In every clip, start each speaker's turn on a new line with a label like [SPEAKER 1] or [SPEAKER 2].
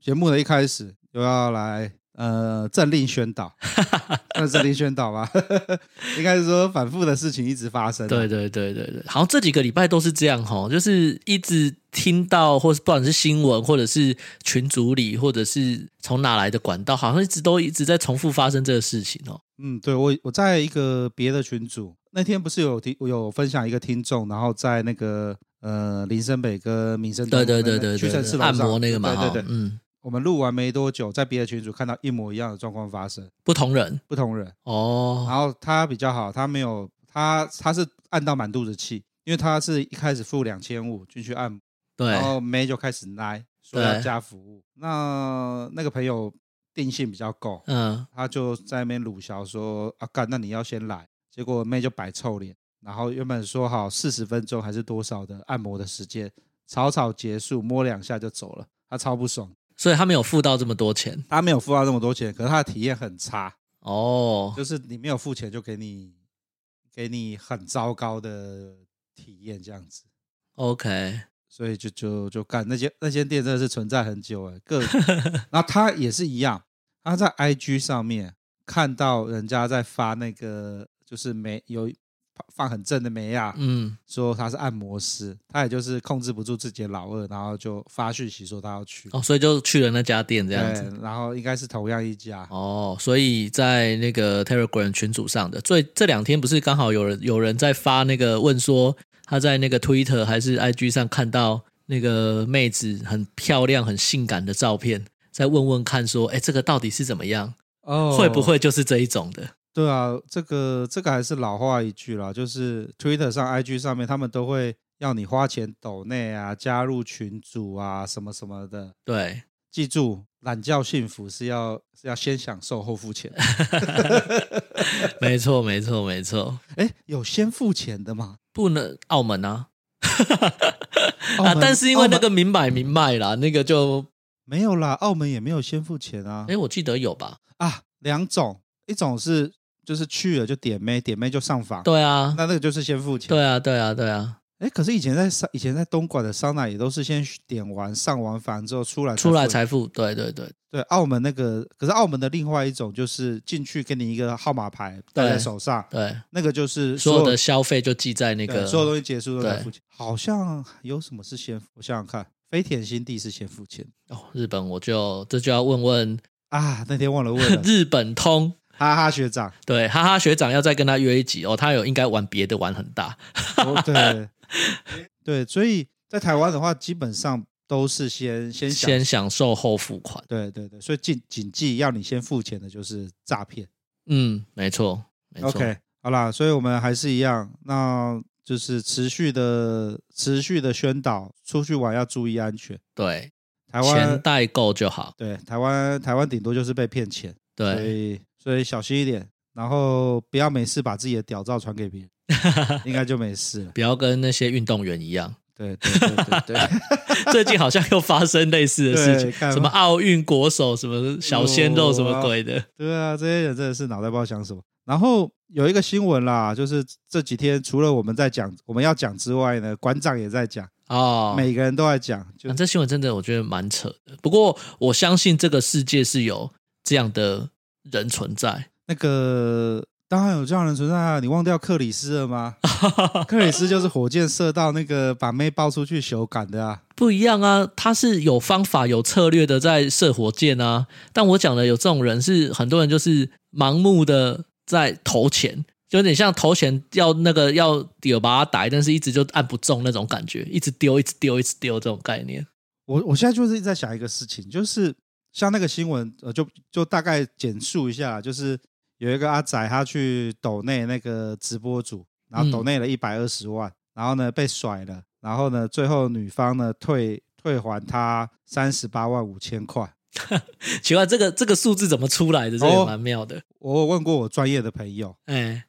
[SPEAKER 1] 节目的一开始就要来呃政令宣 导，那政令宣导吧， 应该是说反复的事情一直发生。啊
[SPEAKER 2] 对对对对对，好像这几个礼拜都是这样吼，就是一直听到，或是不管是新闻，或者是群组里，或者是从哪来的管道，好像一直都一直在重复发生这个事情哦。
[SPEAKER 1] 嗯，对我我在一个别的群组，那天不是有听有分享一个听众，然后在那个呃林森北跟民生
[SPEAKER 2] 对
[SPEAKER 1] 东
[SPEAKER 2] 对
[SPEAKER 1] 路
[SPEAKER 2] 对
[SPEAKER 1] 那个
[SPEAKER 2] 对
[SPEAKER 1] 屈臣氏
[SPEAKER 2] 对，
[SPEAKER 1] 楼
[SPEAKER 2] 按
[SPEAKER 1] 上
[SPEAKER 2] 摩那个嘛，
[SPEAKER 1] 对对
[SPEAKER 2] 哦
[SPEAKER 1] 对，
[SPEAKER 2] 嗯，
[SPEAKER 1] 我们录完没多久，在别的群组看到一模一样的状况发生，
[SPEAKER 2] 不同人
[SPEAKER 1] 不同人。
[SPEAKER 2] 哦，
[SPEAKER 1] 然后他比较好，他没有他他是按到满肚子气，因为他是一开始付两千五进去按摩，
[SPEAKER 2] 对
[SPEAKER 1] 然，后妹就开始来说
[SPEAKER 2] 对
[SPEAKER 1] 要加服务。那那个朋友定性比较够，
[SPEAKER 2] 嗯，
[SPEAKER 1] 他就在那边鲁小说啊干，那你要先来。结果妹就摆臭脸，然后原本说好四十分钟还是多少的按摩的时间，草草结束，摸两下就走了，他超不爽。
[SPEAKER 2] 所以他没有付到这么多钱
[SPEAKER 1] 他没有付到那么多钱，可是他的体验很差，
[SPEAKER 2] 哦，
[SPEAKER 1] 就是你没有付钱就给你给你很糟糕的体验这样子，
[SPEAKER 2] OK，
[SPEAKER 1] 所以就就就干那间那间店真的是存在很久哎， 各然后他也是一样，他在 IG 上面看到人家在发那个就是美有放很正的美亚，
[SPEAKER 2] 嗯，
[SPEAKER 1] 说他是按摩师，他也就是控制不住自己的老二，然后就发讯息说他要去。
[SPEAKER 2] 哦，所以就去了那家店这样子。
[SPEAKER 1] 对，然后应该是同样一家，
[SPEAKER 2] 哦，所以在那个 Telegram 群组上的，最这两天不是刚好有人有人在发那个问说，他在那个 Twitter 还是 IG 上看到那个妹子很漂亮、很性感的照片，再问问看说，哎，这个到底是怎么样？
[SPEAKER 1] 哦
[SPEAKER 2] 会不会就是这一种的？
[SPEAKER 1] 对啊，这个这个还是老话一句啦，就是 Twitter 上、IG 上面，他们都会要你花钱抖内啊，加入群组啊，什么什么的。
[SPEAKER 2] 对，
[SPEAKER 1] 记住，懒觉幸福是要是要先享受后付钱。
[SPEAKER 2] 没错，没错，没错，
[SPEAKER 1] 哎，有先付钱的吗？
[SPEAKER 2] 不能澳门啊。
[SPEAKER 1] 澳
[SPEAKER 2] 啊！
[SPEAKER 1] 门
[SPEAKER 2] 但是因为
[SPEAKER 1] 澳门
[SPEAKER 2] 那个明买明卖啦，那个就
[SPEAKER 1] 没有啦，澳门也没有先付钱啊
[SPEAKER 2] 哎、。我记得有吧？
[SPEAKER 1] 啊，两种，一种是就是去了就点妹，点妹就上房，
[SPEAKER 2] 对啊，
[SPEAKER 1] 那那个就是先付钱。
[SPEAKER 2] 对啊，对啊，对啊，
[SPEAKER 1] 哎，可是以前在上以前在东莞的桑拿也都是先点完上完房之后出来
[SPEAKER 2] 出来
[SPEAKER 1] 付
[SPEAKER 2] 财富，对对对，
[SPEAKER 1] 对，澳门那个，可是澳门的另外一种就是进去给你一个号码牌戴在
[SPEAKER 2] 对
[SPEAKER 1] 手上，
[SPEAKER 2] 对，
[SPEAKER 1] 那个就是
[SPEAKER 2] 所有的
[SPEAKER 1] 对
[SPEAKER 2] 消费就记在那个
[SPEAKER 1] 所有东西结束都在
[SPEAKER 2] 对
[SPEAKER 1] 付钱。好像有什么是先付？我想想看，飞田新地是先付钱
[SPEAKER 2] 哦，日本我就这就要问问
[SPEAKER 1] 啊，那天忘了 问了，
[SPEAKER 2] 日本通，
[SPEAKER 1] 哈哈学长，
[SPEAKER 2] 对，哈哈学长要再跟他约一集哦，他有应该玩别的玩很大，
[SPEAKER 1] 我 对对，所以在台湾的话，基本上都是先先想
[SPEAKER 2] 先享受后付款，
[SPEAKER 1] 对对对，所以谨谨记要你先付钱的就是诈骗。
[SPEAKER 2] 嗯，没错，没错
[SPEAKER 1] OK，好啦，所以我们还是一样，那就是持续的、持续的宣导，出去玩要注意安全。
[SPEAKER 2] 对，
[SPEAKER 1] 台
[SPEAKER 2] 钱
[SPEAKER 1] 湾
[SPEAKER 2] 代购就好，
[SPEAKER 1] 对台湾台湾顶多就是被骗钱，所
[SPEAKER 2] 对，
[SPEAKER 1] 以所以小心一点，然后不要没事把自己的屌照传给别人， 应该就没事了。
[SPEAKER 2] 不要跟那些运动员一样，
[SPEAKER 1] 对对对对对，
[SPEAKER 2] 最近好像又发生类似的事
[SPEAKER 1] 对
[SPEAKER 2] 情，
[SPEAKER 1] 干嘛
[SPEAKER 2] 什么奥运国手，什么小鲜肉，什么鬼的，
[SPEAKER 1] 对啊，这些人真的是脑袋不知道想什么。然后有一个新闻啦，就是这几天除了我们在讲我们要讲之外呢，馆长也在讲，
[SPEAKER 2] 哦，
[SPEAKER 1] 每个人都在讲，就
[SPEAKER 2] 啊、这新闻真的我觉得蛮扯的。不过我相信这个世界是有这样的人存在。
[SPEAKER 1] 那个当然有这样的人存在啊！你忘掉克里斯了吗？克里斯就是火箭射到那个把妹抱出去手感的啊！
[SPEAKER 2] 不一样啊，他是有方法、有策略的在射火箭啊。但我讲的有这种人是很多人就是盲目的在投钱，就有点像投钱要那个要有把它逮，但是一直就按不中那种感觉，一直丢、一直丢、一直丢这种概念。
[SPEAKER 1] 我我现在就是一直在想一个事情，就是像那个新闻，呃，就就大概简述一下，就是有一个阿仔他去抖内那个直播主，然后
[SPEAKER 2] 嗯
[SPEAKER 1] 抖内了一百二十万，然后呢被甩了，然后呢最后女方呢退退还他三十八万五千块，
[SPEAKER 2] 奇怪，这个这个数字怎么出来的？这
[SPEAKER 1] 哦
[SPEAKER 2] 也蛮妙的。
[SPEAKER 1] 我有问过我专业的朋友，
[SPEAKER 2] 哎、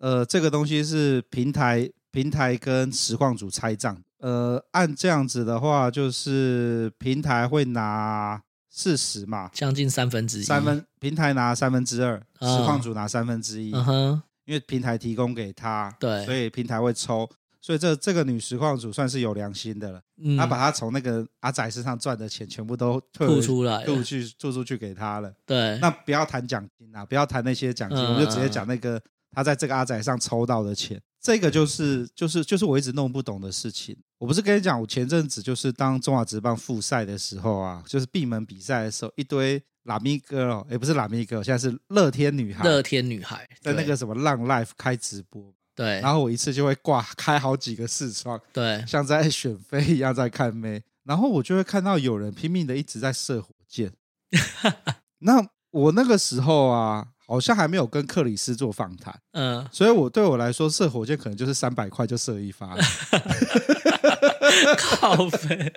[SPEAKER 1] 呃，这个东西是平台平台跟实况组拆账。呃，按这样子的话，就是平台会拿四十嘛，
[SPEAKER 2] 将近三分之一，
[SPEAKER 1] 三，分平台拿三分之二，
[SPEAKER 2] 啊
[SPEAKER 1] 实况组拿三分之一，
[SPEAKER 2] 嗯哼，
[SPEAKER 1] 因为平台提供给他，
[SPEAKER 2] 对
[SPEAKER 1] 所以平台会抽。所以这这个女实况组算是有良心的了，
[SPEAKER 2] 嗯，
[SPEAKER 1] 她把她从那个阿仔身上赚的钱全部都退
[SPEAKER 2] 吐
[SPEAKER 1] 回
[SPEAKER 2] 出来
[SPEAKER 1] 吐
[SPEAKER 2] 了，
[SPEAKER 1] 去吐出去给他了。
[SPEAKER 2] 对，
[SPEAKER 1] 那不要谈奖金啊，不要谈那些奖金，
[SPEAKER 2] 嗯
[SPEAKER 1] 我们就直接讲那个他在这个阿仔上抽到的钱。这个就是就是就是我一直弄不懂的事情。我不是跟你讲，我前阵子就是当中华职棒复赛的时候啊，就是闭门比赛的时候，一堆拉米哥哦，也不是拉米哥，现在是乐天女孩
[SPEAKER 2] 乐天女孩
[SPEAKER 1] 在那
[SPEAKER 2] 对哎
[SPEAKER 1] 个什么浪 life 开直播，
[SPEAKER 2] 对
[SPEAKER 1] 然后我一次就会挂开好几个视窗，
[SPEAKER 2] 对，
[SPEAKER 1] 像在选妃一样在看妹，然后我就会看到有人拼命的一直在射火箭。那我那个时候啊，好像还没有跟克里斯做访谈，
[SPEAKER 2] 嗯，
[SPEAKER 1] 所以我对我来说射火箭可能就是三百块就射一发了。
[SPEAKER 2] 靠背，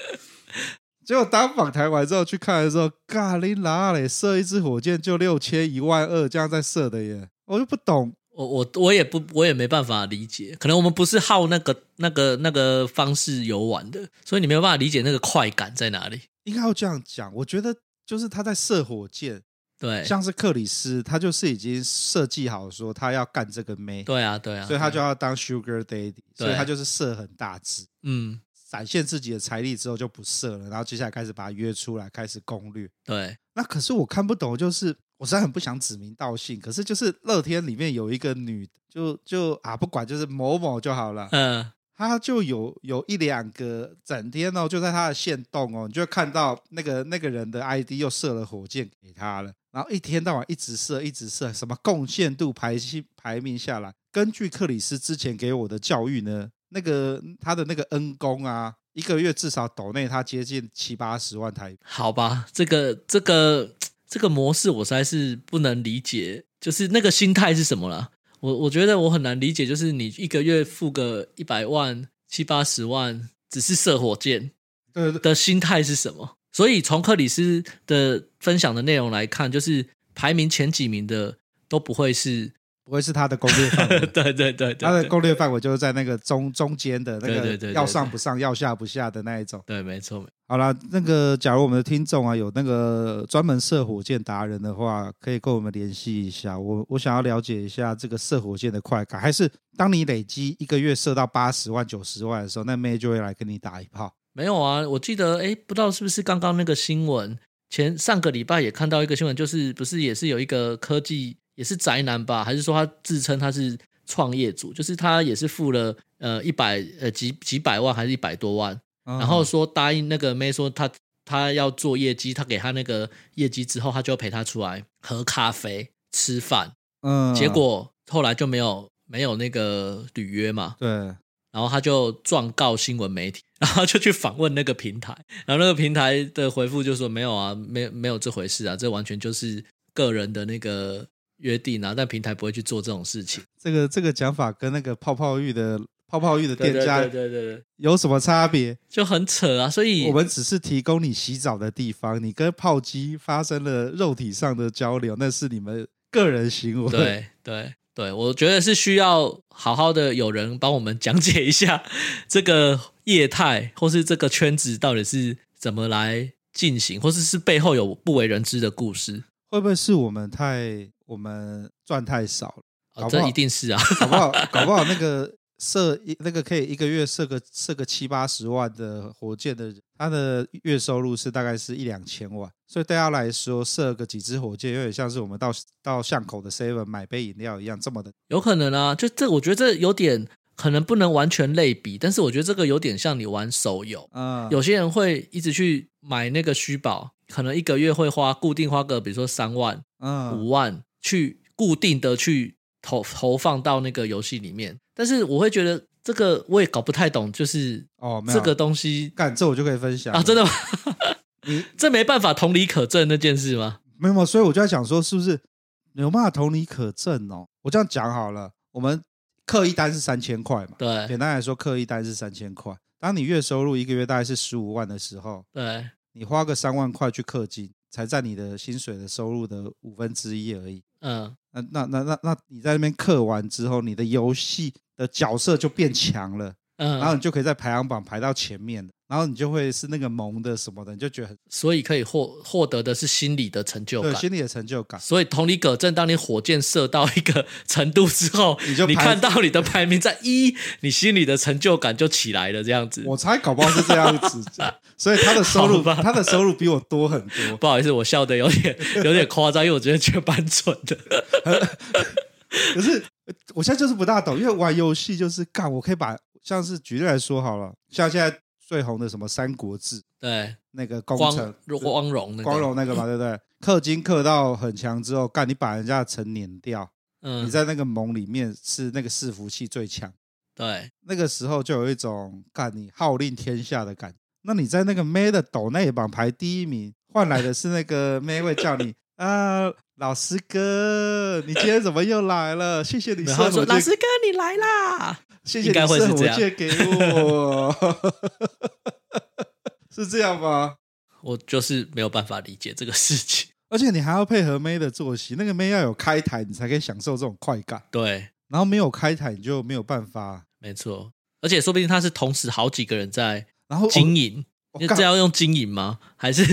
[SPEAKER 1] 结果当访谈完之后去看的时候，咖喱拉嘞，射一支火箭就六千一万二这样在射的耶，我就不懂。
[SPEAKER 2] 我我我也不我也没办法理解，可能我们不是好那个那个那个方式游玩的，所以你没有办法理解那个快感在哪里。
[SPEAKER 1] 应该要这样讲，我觉得就是他在射火箭，
[SPEAKER 2] 对，
[SPEAKER 1] 像是克里斯，他就是已经设计好说他要干这个妹。
[SPEAKER 2] 对啊，对啊，
[SPEAKER 1] 所以他就要当 Sugar Daddy，所以他就是射很大只，
[SPEAKER 2] 嗯，
[SPEAKER 1] 展现自己的财力之后就不射了，然后接下来开始把他约出来，开始攻略。
[SPEAKER 2] 对，
[SPEAKER 1] 那可是我看不懂，就是我虽然很不想指名道姓，可是就是乐天里面有一个女，就就啊不管就是某某就好了，
[SPEAKER 2] 嗯、
[SPEAKER 1] 她就有有一两个整天哦就在她的线动哦，你就会看到那个那个人的 ID 又射了火箭给她了，然后一天到晚一直射一直射，什么贡献度排析排名下来，根据克里斯之前给我的教育呢，那个他的那个恩公啊，一个月至少抖内他接近七八十万台币。
[SPEAKER 2] 好吧，这个这个这个模式我实在是不能理解，就是那个心态是什么啦？我我觉得我很难理解，就是你一个月付个一百万、七八十万，只是射火箭
[SPEAKER 1] 对对
[SPEAKER 2] 的心态是什么？所以从克里斯的分享的内容来看，就是排名前几名的都不会是，
[SPEAKER 1] 不会是他的攻略范围。
[SPEAKER 2] 对对对
[SPEAKER 1] 他的
[SPEAKER 2] 对对，
[SPEAKER 1] 攻略范围就是在那个中中间的那
[SPEAKER 2] 对对对
[SPEAKER 1] 个
[SPEAKER 2] 对
[SPEAKER 1] 要上不上要下不下的那一种。
[SPEAKER 2] 对，没错，没
[SPEAKER 1] 好啦，那个假如我们的听众啊有那个专门射火箭达人的话，可以跟我们联系一下。我我想要了解一下这个射火箭的快感，还是当你累积一个月射到八十万、九十万的时候，那妹就会来跟你打一炮。
[SPEAKER 2] 没有啊，我记得，哎，不知道是不是刚刚那个新闻，前上个礼拜也看到一个新闻，就是不是也是有一个科技也是宅男吧，还是说他自称他是创业主，就是他也是付了呃一百呃几几百万还是一百多万，
[SPEAKER 1] 嗯
[SPEAKER 2] 然后说答应那个妹说他他要做业绩，他给他那个业绩之后，他就要陪他出来喝咖啡吃饭，
[SPEAKER 1] 嗯
[SPEAKER 2] 结果后来就没有没有那个履约嘛，
[SPEAKER 1] 对，
[SPEAKER 2] 然后他就状告新闻媒体，然后就去访问那个平台，然后那个平台的回复就说没有啊，没没有这回事啊，这完全就是个人的那个约定啊，但平台不会去做这种事情。
[SPEAKER 1] 这个这个讲法跟那个泡泡浴的泡泡浴的店家
[SPEAKER 2] 对对对，
[SPEAKER 1] 有什么差别？
[SPEAKER 2] 就很扯啊，所以
[SPEAKER 1] 我们只是提供你洗澡的地方，你跟炮击发生了肉体上的交流，那是你们个人行为。，
[SPEAKER 2] 对对对，我觉得是需要好好的有人帮我们讲解一下这个业态，或是这个圈子到底是怎么来进行，或是是背后有不为人知的故事。
[SPEAKER 1] 会不会是我们太我们赚太少了？
[SPEAKER 2] 哦
[SPEAKER 1] 搞、不
[SPEAKER 2] 这
[SPEAKER 1] 好
[SPEAKER 2] 一定是啊，
[SPEAKER 1] 搞不好搞不好那个射一那个可以一个月射个射个七八十万的火箭的人，他的月收入是大概是一两千万，所以对他来说射个几支火箭有点像是我们到 到巷口的 seven 买杯饮料一样这么的。
[SPEAKER 2] 有可能啊，就这，我觉得这有点可能不能完全类比，但是我觉得这个有点像你玩手游，
[SPEAKER 1] 嗯，
[SPEAKER 2] 有些人会一直去买那个虚宝，可能一个月会花固定花个，比如说三万、
[SPEAKER 1] 嗯
[SPEAKER 2] 五万去固定的去投投放到那个游戏里面，但是我会觉得这个我也搞不太懂，就是
[SPEAKER 1] 哦，没有
[SPEAKER 2] 这个东西
[SPEAKER 1] 干这我就可以分享
[SPEAKER 2] 啊，真
[SPEAKER 1] 的
[SPEAKER 2] 的吗？
[SPEAKER 1] 你
[SPEAKER 2] 这没办法同理可证那件事吗？
[SPEAKER 1] 没有没有，所以我就在想说，是不是有办法同理可证哦？我这样讲好了，我们刻一单是三千块嘛，
[SPEAKER 2] 对
[SPEAKER 1] 简单来说，刻一单是三千块。当你月收入一个月大概是十五万的时候，
[SPEAKER 2] 对，
[SPEAKER 1] 你花个三万块去氪金，才占你的薪水的收入的五分之一而已。
[SPEAKER 2] 嗯，
[SPEAKER 1] 那那那那那你在那边氪完之后，你的游戏的角色就变强了，
[SPEAKER 2] 嗯，
[SPEAKER 1] 然后你就可以在排行榜排到前面的，然后你就会是那个萌的什么的，你就觉得很
[SPEAKER 2] 所以可以获获得的是心理的成就
[SPEAKER 1] 对
[SPEAKER 2] 感。
[SPEAKER 1] 心里的成就感。
[SPEAKER 2] 所以同理可证，当你火箭射到一个 程度之后，
[SPEAKER 1] 你就排
[SPEAKER 2] 看到你的排名在一，你心里的成就感就起来了。这样子，
[SPEAKER 1] 我猜搞不好是这样子， 所以他的收入
[SPEAKER 2] 好吧
[SPEAKER 1] 他的收入比我多很多，
[SPEAKER 2] 不好意思，我笑的有点有点夸张，因为我觉得觉得蛮蠢的。
[SPEAKER 1] 可是呃我现在就是不大懂，因为玩游戏就是干，我可以把像是举例来说好了，像现在最红的什么《三国志》
[SPEAKER 2] 对，
[SPEAKER 1] 那个工程
[SPEAKER 2] 光光荣那个
[SPEAKER 1] 光荣那个嘛，对不对？氪金氪到很强之后，干你把人家的城碾掉，你
[SPEAKER 2] 嗯，
[SPEAKER 1] 在那个盟里面是那个伺服器最强，
[SPEAKER 2] 对，
[SPEAKER 1] 那个时候就有一种干你号令天下的感觉。那你在那个 May 的抖内榜排第一名，换来的是那个 May 会叫你啊，老师哥，你今天怎么又来了？谢谢你
[SPEAKER 2] 然
[SPEAKER 1] 射
[SPEAKER 2] 后
[SPEAKER 1] 火
[SPEAKER 2] 说
[SPEAKER 1] 箭，
[SPEAKER 2] 老师哥你来啦，
[SPEAKER 1] 谢谢
[SPEAKER 2] 应
[SPEAKER 1] 你
[SPEAKER 2] 该会是
[SPEAKER 1] 射
[SPEAKER 2] 这
[SPEAKER 1] 火
[SPEAKER 2] 样
[SPEAKER 1] 箭给我，是这样吗？
[SPEAKER 2] 我就是没有办法理解这个事情。
[SPEAKER 1] 而且你还要配合妹的作息，那个妹要有开台，你才可以享受这种快感。
[SPEAKER 2] 对，
[SPEAKER 1] 然后没有开台，你就没有办法。
[SPEAKER 2] 没错，而且说不定他是同时好几个人在
[SPEAKER 1] 然后
[SPEAKER 2] 经营，
[SPEAKER 1] 我
[SPEAKER 2] 那
[SPEAKER 1] 干
[SPEAKER 2] 这要用经营吗？还是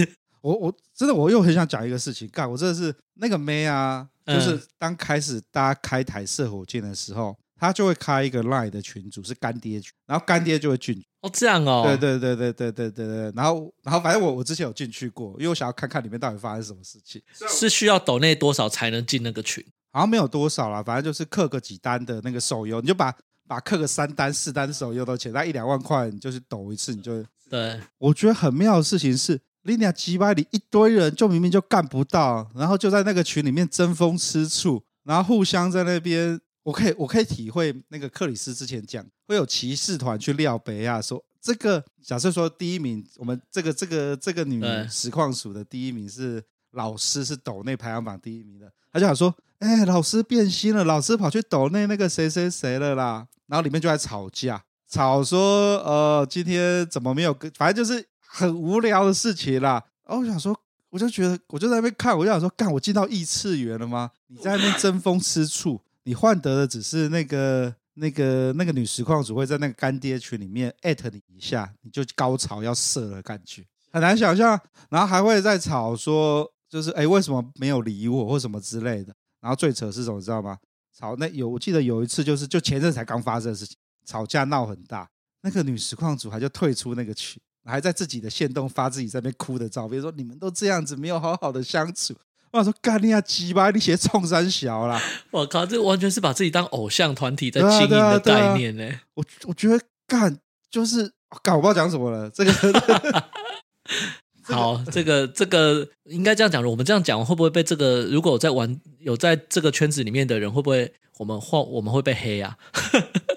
[SPEAKER 1] 我我真的我又很想讲一个事情，干我真的是那个妹啊，就
[SPEAKER 2] 嗯
[SPEAKER 1] 是当开始大家开台射火箭的时候，她就会开一个 LINE 的群组，是干爹群，然后干爹就会进去，
[SPEAKER 2] 哦这样哦？
[SPEAKER 1] 对对对对对对对对，然后然后反正我我之前有进去过，因为我想要看看里面到底发生什么事情，
[SPEAKER 2] 是需要抖内多少才能进那个群？
[SPEAKER 1] 好像没有多少啦，反正就是刻个几单的那个手游，你就把把刻个三单四单手游都钱，那一两万块你就是抖一次，你就
[SPEAKER 2] 对，
[SPEAKER 1] 我觉得很妙的事情是，Lina 击败里一堆人，就明明就干不到，然后就在那个群里面争风吃醋，然后互相在那边，我可以我可以体会那个克里斯之前讲，会有骑士团去廖北亚说。这个假设说第一名，我们这个这个这个女
[SPEAKER 2] 对
[SPEAKER 1] 实况组的第一名是老师，是抖内排行榜第一名的。他就想说，哎、老师变心了，老师跑去抖内那个谁谁谁了啦。然后里面就在吵架，吵说呃今天怎么没有跟，反正就是很无聊的事情啦。然后我想说，我就觉得我就在那边看，我就想说，干我进到异次元了吗？你在那边争风吃醋，你换得的只是那个。那个那个女实况组会在那个干爹群里面艾特你一下，你就高潮要射了，感觉很难想象。然后还会在吵说，就是哎、诶为什么没有理我或什么之类的。然后最扯是什么，你知道吗？吵那有我记得有一次就是就前阵才刚发生的事情，吵架闹很大，那个女实况组还就退出那个群，还在自己的线动发自己在那边哭的照片，说你们都这样子没有好好的相处。我想说干你啊鸡巴，你写冲山小啦！
[SPEAKER 2] 我靠，这完全是把自己当偶像团体在
[SPEAKER 1] 对啊
[SPEAKER 2] 经营
[SPEAKER 1] 对啊
[SPEAKER 2] 的
[SPEAKER 1] 对啊
[SPEAKER 2] 概念呢、
[SPEAKER 1] 我我觉得干就是哦干，我不知道讲什么了。这个
[SPEAKER 2] 好，这个这个应该这样讲，我们这样讲会不会被这个？如果有在玩有在这个圈子里面的人，会不会我们或我们会被黑啊？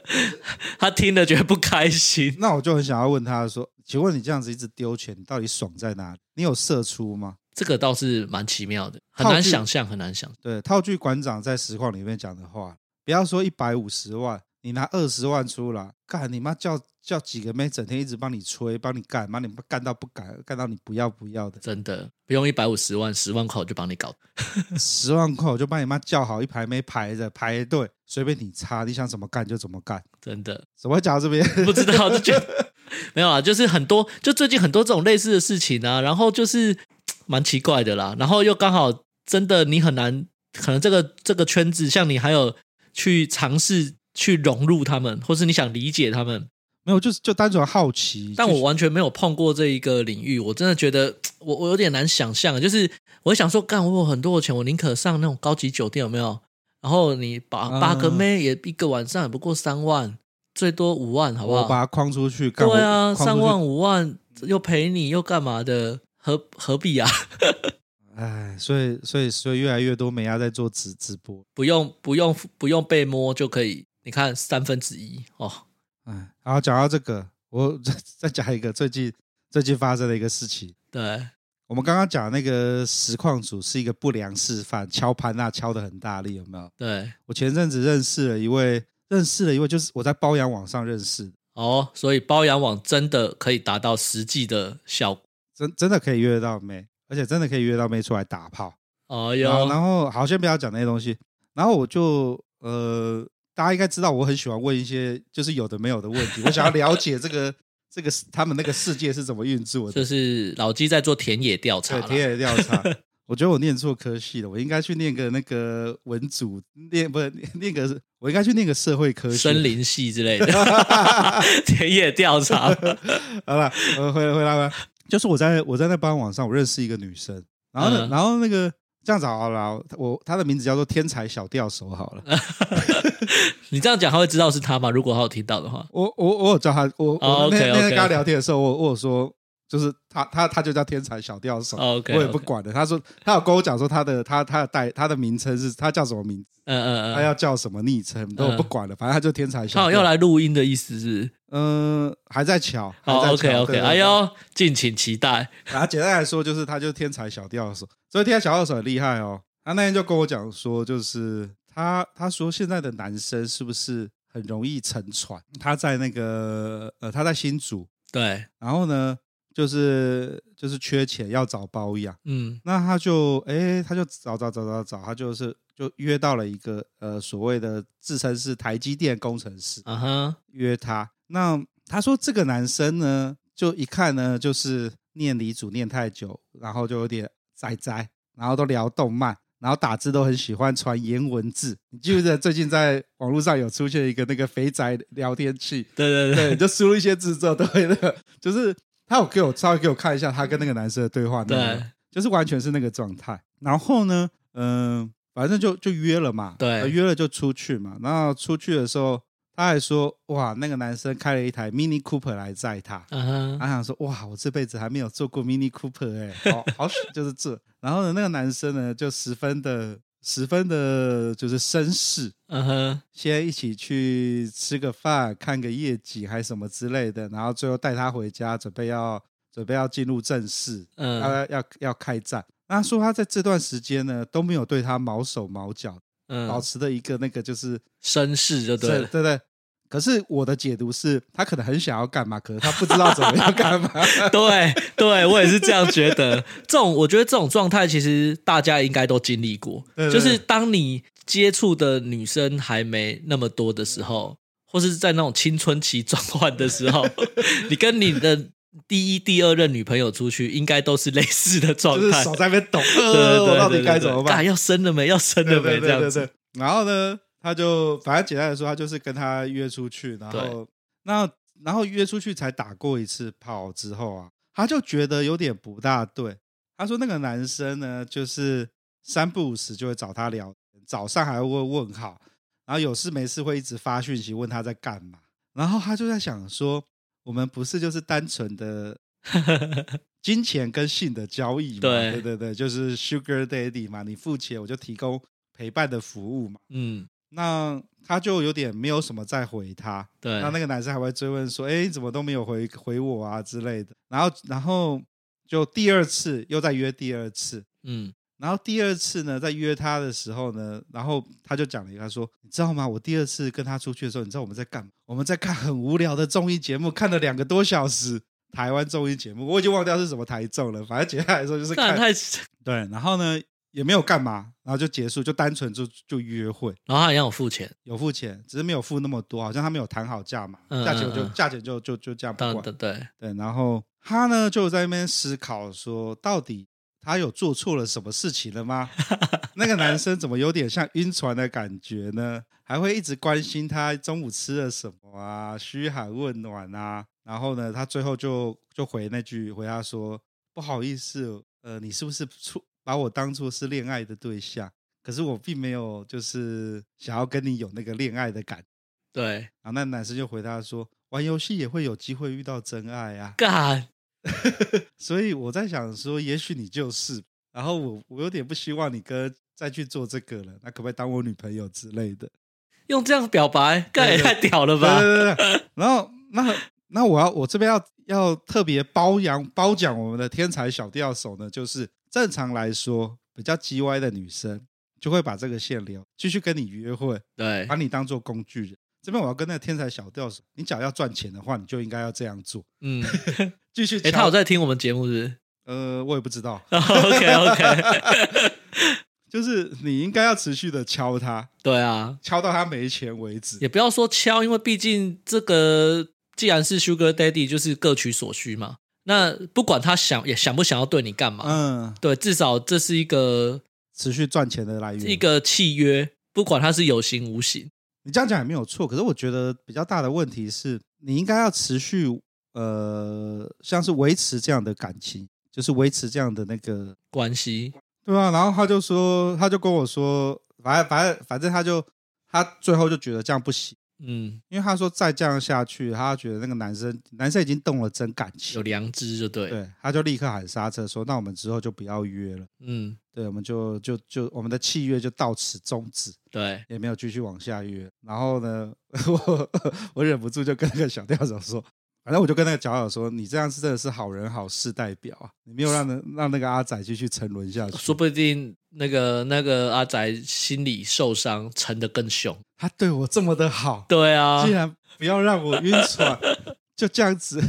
[SPEAKER 2] 他听了觉得不开心。
[SPEAKER 1] 那我就很想要问他说，请问你这样子一直丢钱，你到底爽在哪里？你有射出吗？
[SPEAKER 2] 这个倒是蛮奇妙的，很
[SPEAKER 1] 套
[SPEAKER 2] 难
[SPEAKER 1] 句
[SPEAKER 2] 想象，很难想象。，
[SPEAKER 1] 对，套句馆长在实况里面讲的话，不要说一百五十万，你拿二十万出来，干你妈叫叫几个妹整天一直帮你吹，帮你干，把你干到不敢，干到你不要不要的
[SPEAKER 2] 真的不用一百五十万，十万块我就帮你搞。
[SPEAKER 1] 十万块我就帮你妈叫好一排妹排着排队，随便你插，你想怎么干就怎么干。
[SPEAKER 2] 真的
[SPEAKER 1] 怎么会讲到这边？
[SPEAKER 2] 不知道，就觉得没有啊，就是很多，就最近很多这种类似的事情啊，然后就是蛮奇怪的啦，然后又刚好真的你很难，可能这个这个圈子，像你还有去尝试去融入他们，或是你想理解他们，
[SPEAKER 1] 没有，就是就单纯好奇。
[SPEAKER 2] 但
[SPEAKER 1] 就
[SPEAKER 2] 我
[SPEAKER 1] 是
[SPEAKER 2] 完全没有碰过这一个领域，我真的觉得我我有点难想象，啊就是我会想说，干我有很多的钱，我宁可上那种高级酒店，有没有？然后你把
[SPEAKER 1] 嗯
[SPEAKER 2] 八个妹也一个晚上也不过三万，最多五万，好不
[SPEAKER 1] 我
[SPEAKER 2] 好？
[SPEAKER 1] 把它框出去，干
[SPEAKER 2] 对啊，
[SPEAKER 1] 我框出
[SPEAKER 2] 三
[SPEAKER 1] 去
[SPEAKER 2] 万五万又赔你又干嘛的？何何必啊？
[SPEAKER 1] 哎，所以所以所以越来越多美亚在做直直播，
[SPEAKER 2] 不用不用不用被摸就可以，你看三分之一哦，
[SPEAKER 1] 哎，然后讲到这个，我 再再讲一个最近最近发生的一个事情。
[SPEAKER 2] 对，
[SPEAKER 1] 我们刚刚讲那个实况组是一个不良示范，敲盘那敲的很大力，有没有？
[SPEAKER 2] 对
[SPEAKER 1] 我前阵子认识了一位，认识了一位，就是我在包养网上认识的，
[SPEAKER 2] 哦，所以包养网真的可以达到实际的效果，
[SPEAKER 1] 真真的可以约得到妹。而且真的可以约到妹出来打炮。
[SPEAKER 2] 哦
[SPEAKER 1] 然后
[SPEAKER 2] 哟，
[SPEAKER 1] 然后好，先不要讲那些东西。然后我就呃，大家应该知道，我很喜欢问一些就是有的没有的问题。我想要了解这个这个他们那个世界是怎么运作的
[SPEAKER 2] 就，是老鸡在做田野调查
[SPEAKER 1] 对
[SPEAKER 2] 啦，
[SPEAKER 1] 田野调查。我觉得我念错科系了，我应该去念个那个文组，念不是念个，我应该去念个社会科学。
[SPEAKER 2] 森林系之类的， 田野调查。
[SPEAKER 1] 好了，呃，回来回来回来，就是我在我在那班网上，我认识一个女生，然后呢，
[SPEAKER 2] 嗯
[SPEAKER 1] 然后那个这样子好了，我她的名字叫做天才小调手好了。
[SPEAKER 2] 你这样讲，他会知道是他吗？如果他有听到的话，
[SPEAKER 1] 我我我有叫他，我我
[SPEAKER 2] 哦
[SPEAKER 1] 那
[SPEAKER 2] OK，OK，
[SPEAKER 1] 天那天
[SPEAKER 2] OK
[SPEAKER 1] 跟他聊天的时候，我我有说，就是他他他就叫天才小调手，我
[SPEAKER 2] 哦，OK，
[SPEAKER 1] 也不
[SPEAKER 2] OK
[SPEAKER 1] 管了。他说他有跟我讲说他的他他的代他的名称是他叫什么名字，
[SPEAKER 2] 嗯嗯
[SPEAKER 1] 他
[SPEAKER 2] 嗯，
[SPEAKER 1] 要叫什么昵称，都我不管了，反正他就天才
[SPEAKER 2] 他
[SPEAKER 1] 小
[SPEAKER 2] 有要
[SPEAKER 1] 调。
[SPEAKER 2] 来录音的意思是？
[SPEAKER 1] 嗯，还在瞧，还
[SPEAKER 2] 哦
[SPEAKER 1] 在
[SPEAKER 2] ，OK
[SPEAKER 1] 瞧。
[SPEAKER 2] OK，
[SPEAKER 1] 对
[SPEAKER 2] 哎。呦，敬请期待。
[SPEAKER 1] 对对然后简单来说，就是他就是天才小调手，所以天才小调手很厉害哦。他那天就跟我讲说，就是他他说现在的男生是不是很容易沉船？他在那个呃他在新竹。
[SPEAKER 2] 对，
[SPEAKER 1] 然后呢，就是就是缺钱要找包养，
[SPEAKER 2] 嗯
[SPEAKER 1] 那他就哎，他就找找找找找，他就是就约到了一个呃所谓的自称是台积电工程师，
[SPEAKER 2] 啊哈，
[SPEAKER 1] 约他。那他说这个男生呢，就一看呢就是念理组念太久，然后就有点宅宅，然后都聊动漫。然后打字都很喜欢传颜文字，你记不记得最近在网络上有出现一个那个肥宅聊天器，
[SPEAKER 2] 对
[SPEAKER 1] 对，
[SPEAKER 2] 对对
[SPEAKER 1] 你就输入一些字之后，都会那个， 就是他有给我稍微给我看一下他跟那个男生的对话内容，
[SPEAKER 2] 对
[SPEAKER 1] 就是完全是那个状态。然后呢，嗯、反正就就约了嘛，
[SPEAKER 2] 对
[SPEAKER 1] 呃约了就出去嘛。然后出去的时候，他还说，哇，那个男生开了一台 Mini Cooper 来载他。
[SPEAKER 2] 啊哈，
[SPEAKER 1] 他想说，哇，我这辈子还没有坐过 Mini Cooper 哎、 好好喜，就是这。然后呢，那个男生呢，就十分的、十分的，就是绅士，
[SPEAKER 2] 嗯哼，
[SPEAKER 1] 先一起去吃个饭、看个夜景还什么之类的，然后最后带他回家，准备要准备要进入正事，
[SPEAKER 2] 嗯
[SPEAKER 1] 要要要开战。那他说他在这段时间呢都没有对他毛手毛脚，保
[SPEAKER 2] 嗯，
[SPEAKER 1] 持的一个那个就是
[SPEAKER 2] 绅士就对
[SPEAKER 1] 对
[SPEAKER 2] 了。
[SPEAKER 1] 对对。可是我的解读是他可能很想要干嘛，可是他不知道怎么要干 嘛。
[SPEAKER 2] 对对，我也是这样觉得。 这种我觉得这种状态，其实大家应该都经历过。
[SPEAKER 1] 对对
[SPEAKER 2] 就是当你接触的女生还没那么多的时候，或是在那种青春期转换的 时候，你跟你的第一、第二任女朋友出去，应该都是类似的状
[SPEAKER 1] 就是
[SPEAKER 2] 态。
[SPEAKER 1] 手在那边抖，
[SPEAKER 2] 对对
[SPEAKER 1] 呃，
[SPEAKER 2] 对
[SPEAKER 1] 我到底
[SPEAKER 2] 对
[SPEAKER 1] 该
[SPEAKER 2] 对
[SPEAKER 1] 怎么
[SPEAKER 2] 干
[SPEAKER 1] 办？
[SPEAKER 2] 要生了没？要生
[SPEAKER 1] 对
[SPEAKER 2] 了
[SPEAKER 1] 对
[SPEAKER 2] 没？这
[SPEAKER 1] 对
[SPEAKER 2] 样
[SPEAKER 1] 对
[SPEAKER 2] 子
[SPEAKER 1] 对。然后呢，他就反正简单来说，他就是跟他约出去，然后那然后约出去才打过一次炮之后啊，他就觉得有点不大对。他说那个男生呢，就是三不五时就会找他聊，早上还会问好，然后有事没事会一直发讯息问他在干嘛。然后他就在想说，我们不是就是单纯的金钱跟性的交易嘛？
[SPEAKER 2] 对
[SPEAKER 1] 对对对，就是 Sugar Daddy 嘛，你付钱我就提供陪伴的服务嘛。
[SPEAKER 2] 嗯，
[SPEAKER 1] 那他就有点没有什么再回他，
[SPEAKER 2] 对
[SPEAKER 1] 那。那个男生还会追问说：“哎，你怎么都没有回回我啊之类的。”然后然后就第二次又再约第二次，
[SPEAKER 2] 嗯，
[SPEAKER 1] 然后第二次呢，在约他的时候呢，然后他就讲了一个，他说：“你知道吗？我第二次跟他出去的时候，你知道我们在干嘛？我们在看很无聊的综艺节目，看了两个多小时，台湾综艺节目，我已经忘掉是什么台综了。反正简单来说就是
[SPEAKER 2] 干
[SPEAKER 1] 看
[SPEAKER 2] 太，
[SPEAKER 1] 对，然后呢也没有干嘛，然后就结束，就单纯就就约会，
[SPEAKER 2] 然后他一样有付钱，
[SPEAKER 1] 有付钱，只是没有付那么多，好像他没有谈好价嘛，
[SPEAKER 2] 嗯
[SPEAKER 1] 价钱就
[SPEAKER 2] 嗯嗯
[SPEAKER 1] 价钱就就就这样不
[SPEAKER 2] 当
[SPEAKER 1] 管
[SPEAKER 2] 然，的对，
[SPEAKER 1] 对，然后他呢就在那边思考说，到底他有做错了什么事情了吗？ 那个男生怎么有点像晕船的感觉呢？还会一直关心他中午吃了什么啊，嘘寒问暖啊。然后呢，他最后就就回那句回他说：“不好意思，呃，你是不是错把我当做是恋爱的对象？可是我并没有就是想要跟你有那个恋爱的感觉。”
[SPEAKER 2] 对，
[SPEAKER 1] 然后那男生就回答说：“玩游戏也会有机会遇到真爱啊。”
[SPEAKER 2] 干，
[SPEAKER 1] 所以我在想说，也许你就是，然后我我有点不希望你哥再去做这个了，那可不可以当我女朋友之类的？
[SPEAKER 2] 用这样表白，干也
[SPEAKER 1] 对对
[SPEAKER 2] 太屌了
[SPEAKER 1] 对
[SPEAKER 2] 吧？
[SPEAKER 1] 对对对。然后那那我要我这边要要特别褒扬褒奖我们的天才小调手呢，就是正常来说比较叽歪的女生就会把这个线留，继续跟你约会，
[SPEAKER 2] 对
[SPEAKER 1] 把，你当做工具人。这边我要跟那个天才小调手，你只要要赚钱的话，你就应该要这样做，
[SPEAKER 2] 嗯，
[SPEAKER 1] 继续
[SPEAKER 2] 哎、
[SPEAKER 1] 敲
[SPEAKER 2] 他有在听我们节目是不是？
[SPEAKER 1] 呃，我也不知道，
[SPEAKER 2] OK OK，
[SPEAKER 1] 就是你应该要持续的敲他，
[SPEAKER 2] 对啊，
[SPEAKER 1] 敲到他没钱为止。
[SPEAKER 2] 也不要说敲，因为毕竟这个既然是 Sugar Daddy，就是各取所需嘛。那不管他想也想不想要对你干嘛，
[SPEAKER 1] 嗯，
[SPEAKER 2] 对，至少这是一个
[SPEAKER 1] 持续赚钱的来源。
[SPEAKER 2] 一个契约，不管他是有形无形，
[SPEAKER 1] 你这样讲也没有错，可是我觉得比较大的问题是，你应该要持续呃，像是维持这样的感情，就是维持这样的那个，
[SPEAKER 2] 关系
[SPEAKER 1] 对啊。然后他就说，他就跟我说，反正反正反正他就他最后就觉得这样不行，
[SPEAKER 2] 嗯，
[SPEAKER 1] 因为他说再这样下去，他觉得那个男生男生已经动了真感
[SPEAKER 2] 有
[SPEAKER 1] 情，
[SPEAKER 2] 良知就对，
[SPEAKER 1] 对，他就立刻喊刹车说，那我们之后就不要约了，
[SPEAKER 2] 嗯，
[SPEAKER 1] 对，我们就就就我们的契约就到此终止。
[SPEAKER 2] 对，
[SPEAKER 1] 也没有继续往下约。然后呢， 我我忍不住就跟那个小调手说，反正我就跟那个小调手说，你这样是真的是好人好事代表啊，你没有让人让那个阿仔继续沉沦下
[SPEAKER 2] 哦说
[SPEAKER 1] 去。
[SPEAKER 2] 不定那个那个阿宅心里受伤，沉得更凶。
[SPEAKER 1] 他对我这么的好，
[SPEAKER 2] 对啊
[SPEAKER 1] 竟，然不要让我晕船，就这样子。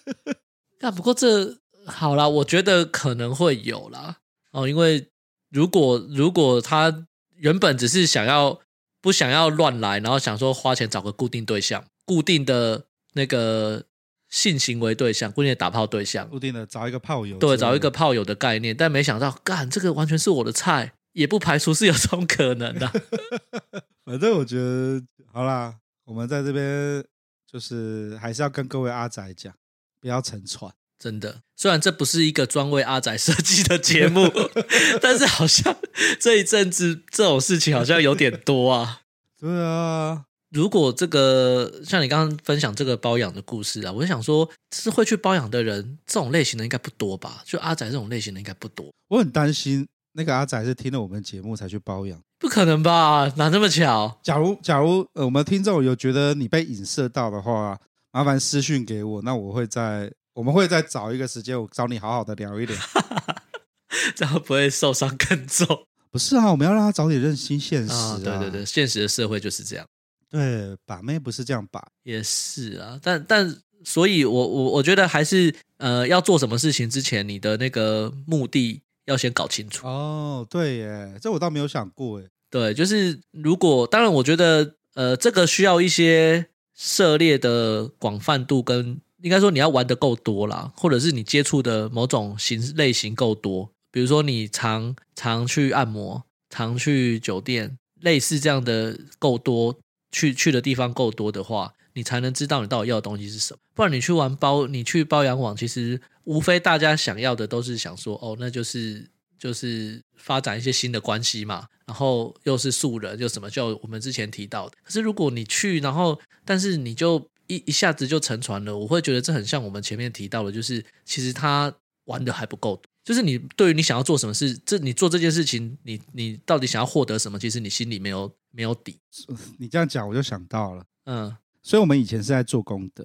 [SPEAKER 2] 但啊不过这好啦，我觉得可能会有啦。哦，因为如果如果他原本只是想要不想要乱来，然后想说花钱找个固定对象、固定的那个性行为对象、固定的打炮对象，
[SPEAKER 1] 固定的找一个炮友之类
[SPEAKER 2] 对，
[SPEAKER 1] 的，
[SPEAKER 2] 找一个炮友的概念，但没想到，干这个完全是我的菜，也不排除是有这种可能啊的、
[SPEAKER 1] 反正我觉得好啦，我们在这边就是还是要跟各位阿仔讲，不要沉船。
[SPEAKER 2] 真的。虽然这不是一个专为阿仔设计的节目， 但是好像这一阵子这种事情好像有点多啊。
[SPEAKER 1] 对啊，
[SPEAKER 2] 如果这个像你刚刚分享这个包养的故事啊，我就想说，是会去包养的人，这种类型的应该不多吧？就阿仔这种类型的应该不多，
[SPEAKER 1] 我很担心那个阿仔是听了我们节目才去包养。
[SPEAKER 2] 不可能吧？哪那么巧？
[SPEAKER 1] 假如假如呃，我们听众有觉得你被影射到的话，麻烦私讯给我，那我会在我们会再找一个时间，我找你好好的聊一 聊。
[SPEAKER 2] 这样不会受伤更重
[SPEAKER 1] 不是啊，我们要让他早点认清现实、
[SPEAKER 2] 啊？对对对，现实的社会就是这样。
[SPEAKER 1] 对，把妹不是这样把，
[SPEAKER 2] 也是啊，但但所以我，我我觉得还是呃，要做什么事情之前，你的那个目的要先搞清楚。
[SPEAKER 1] 哦，对耶，这我倒没有想过耶，
[SPEAKER 2] 对，就是如果当然，我觉得呃，这个需要一些涉猎的广泛度跟应该说你要玩的够多啦，或者是你接触的某种型类型够多，比如说你常常去按摩，常去酒店，类似这样的够多，去去的地方够多的话，你才能知道你到底要的东西是什么。不然你去玩包，你去包养网，其实无非大家想要的都是想说，哦，那就是就是发展一些新的关系嘛，然后又是素人，又什么，就我们之前提到的。可是如果你去，然后但是你就一一下子就沉船了，我会觉得这很像我们前面提到的，就是其实他玩的还不够多。就是你对于你想要做什么事，这你做这件事情，你你到底想要获得什么？其实你心里没有没有底。
[SPEAKER 1] 你这样讲我就想到了，
[SPEAKER 2] 嗯，
[SPEAKER 1] 所以我们以前是在做功德，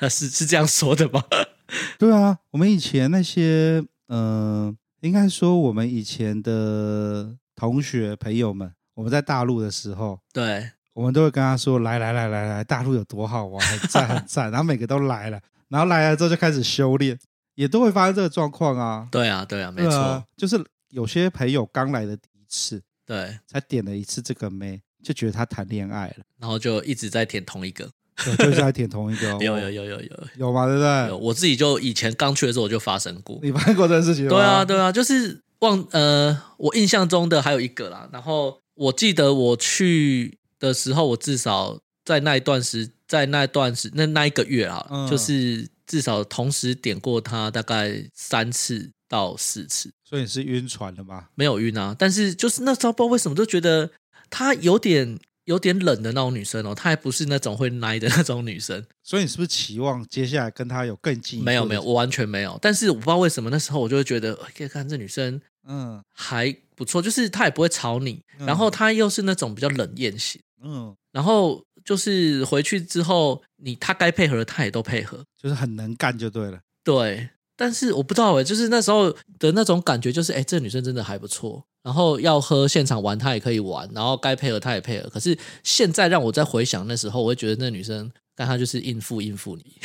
[SPEAKER 2] 呃是是这样说的吗？
[SPEAKER 1] 对啊，我们以前那些嗯、呃应该说我们以前的同学朋友们，我们在大陆的时候，
[SPEAKER 2] 对，
[SPEAKER 1] 我们都会跟他说：“来来来来来，大陆有多好玩， 很赞很赞。”然后每个都来了，然后来了之后就开始修炼，也都会发生这个状况啊。
[SPEAKER 2] 对啊，对啊，没
[SPEAKER 1] 对
[SPEAKER 2] 错
[SPEAKER 1] 啊，，就是有些朋友刚来的第一次，
[SPEAKER 2] 对，
[SPEAKER 1] 才点了一次这个妹，就觉得他谈恋爱了，
[SPEAKER 2] 然后就一直在填同一个，，
[SPEAKER 1] 对就是在舔同一个、哦
[SPEAKER 2] 有有有有有
[SPEAKER 1] 有嘛，对不
[SPEAKER 2] 有，
[SPEAKER 1] 对？
[SPEAKER 2] 我自己就以前刚去的时候我就发生过，
[SPEAKER 1] 嗯你办过这件事情吗？
[SPEAKER 2] 对啊，对啊，就是忘呃，我印象中的还有一个啦。然后我记得我去的时候，我至少在那一段时，在那一段时那那一个月啊，
[SPEAKER 1] 嗯
[SPEAKER 2] 就是至少同时点过他大概三次到四次，
[SPEAKER 1] 所以你是晕船了嘛？
[SPEAKER 2] 没有晕啊。但是就是那时候不知道为什么就觉得她有点有点冷的那种女生哦，她还不是那种会 奶的那种女生。
[SPEAKER 1] 所以你是不是期望接下来跟他有更进一步？
[SPEAKER 2] 没有没有，，我完全没有。但是我不知道为什么那时候我就会觉得，哎、看这女生
[SPEAKER 1] 嗯
[SPEAKER 2] 还不错，就是她也不会吵你，
[SPEAKER 1] 嗯
[SPEAKER 2] 然后她又是那种比较冷艳型，
[SPEAKER 1] 嗯，
[SPEAKER 2] 然后就是回去之后，你她该配合的她也都配合，
[SPEAKER 1] 就是很能干就对了。
[SPEAKER 2] 对。但是我不知道哎、就是那时候的那种感觉，就是哎、这女生真的还不错。然后要喝现场玩，她也可以玩，然后该配合她也配合。可是现在让我再回想那时候，我会觉得那女生但他就是应付应 付你。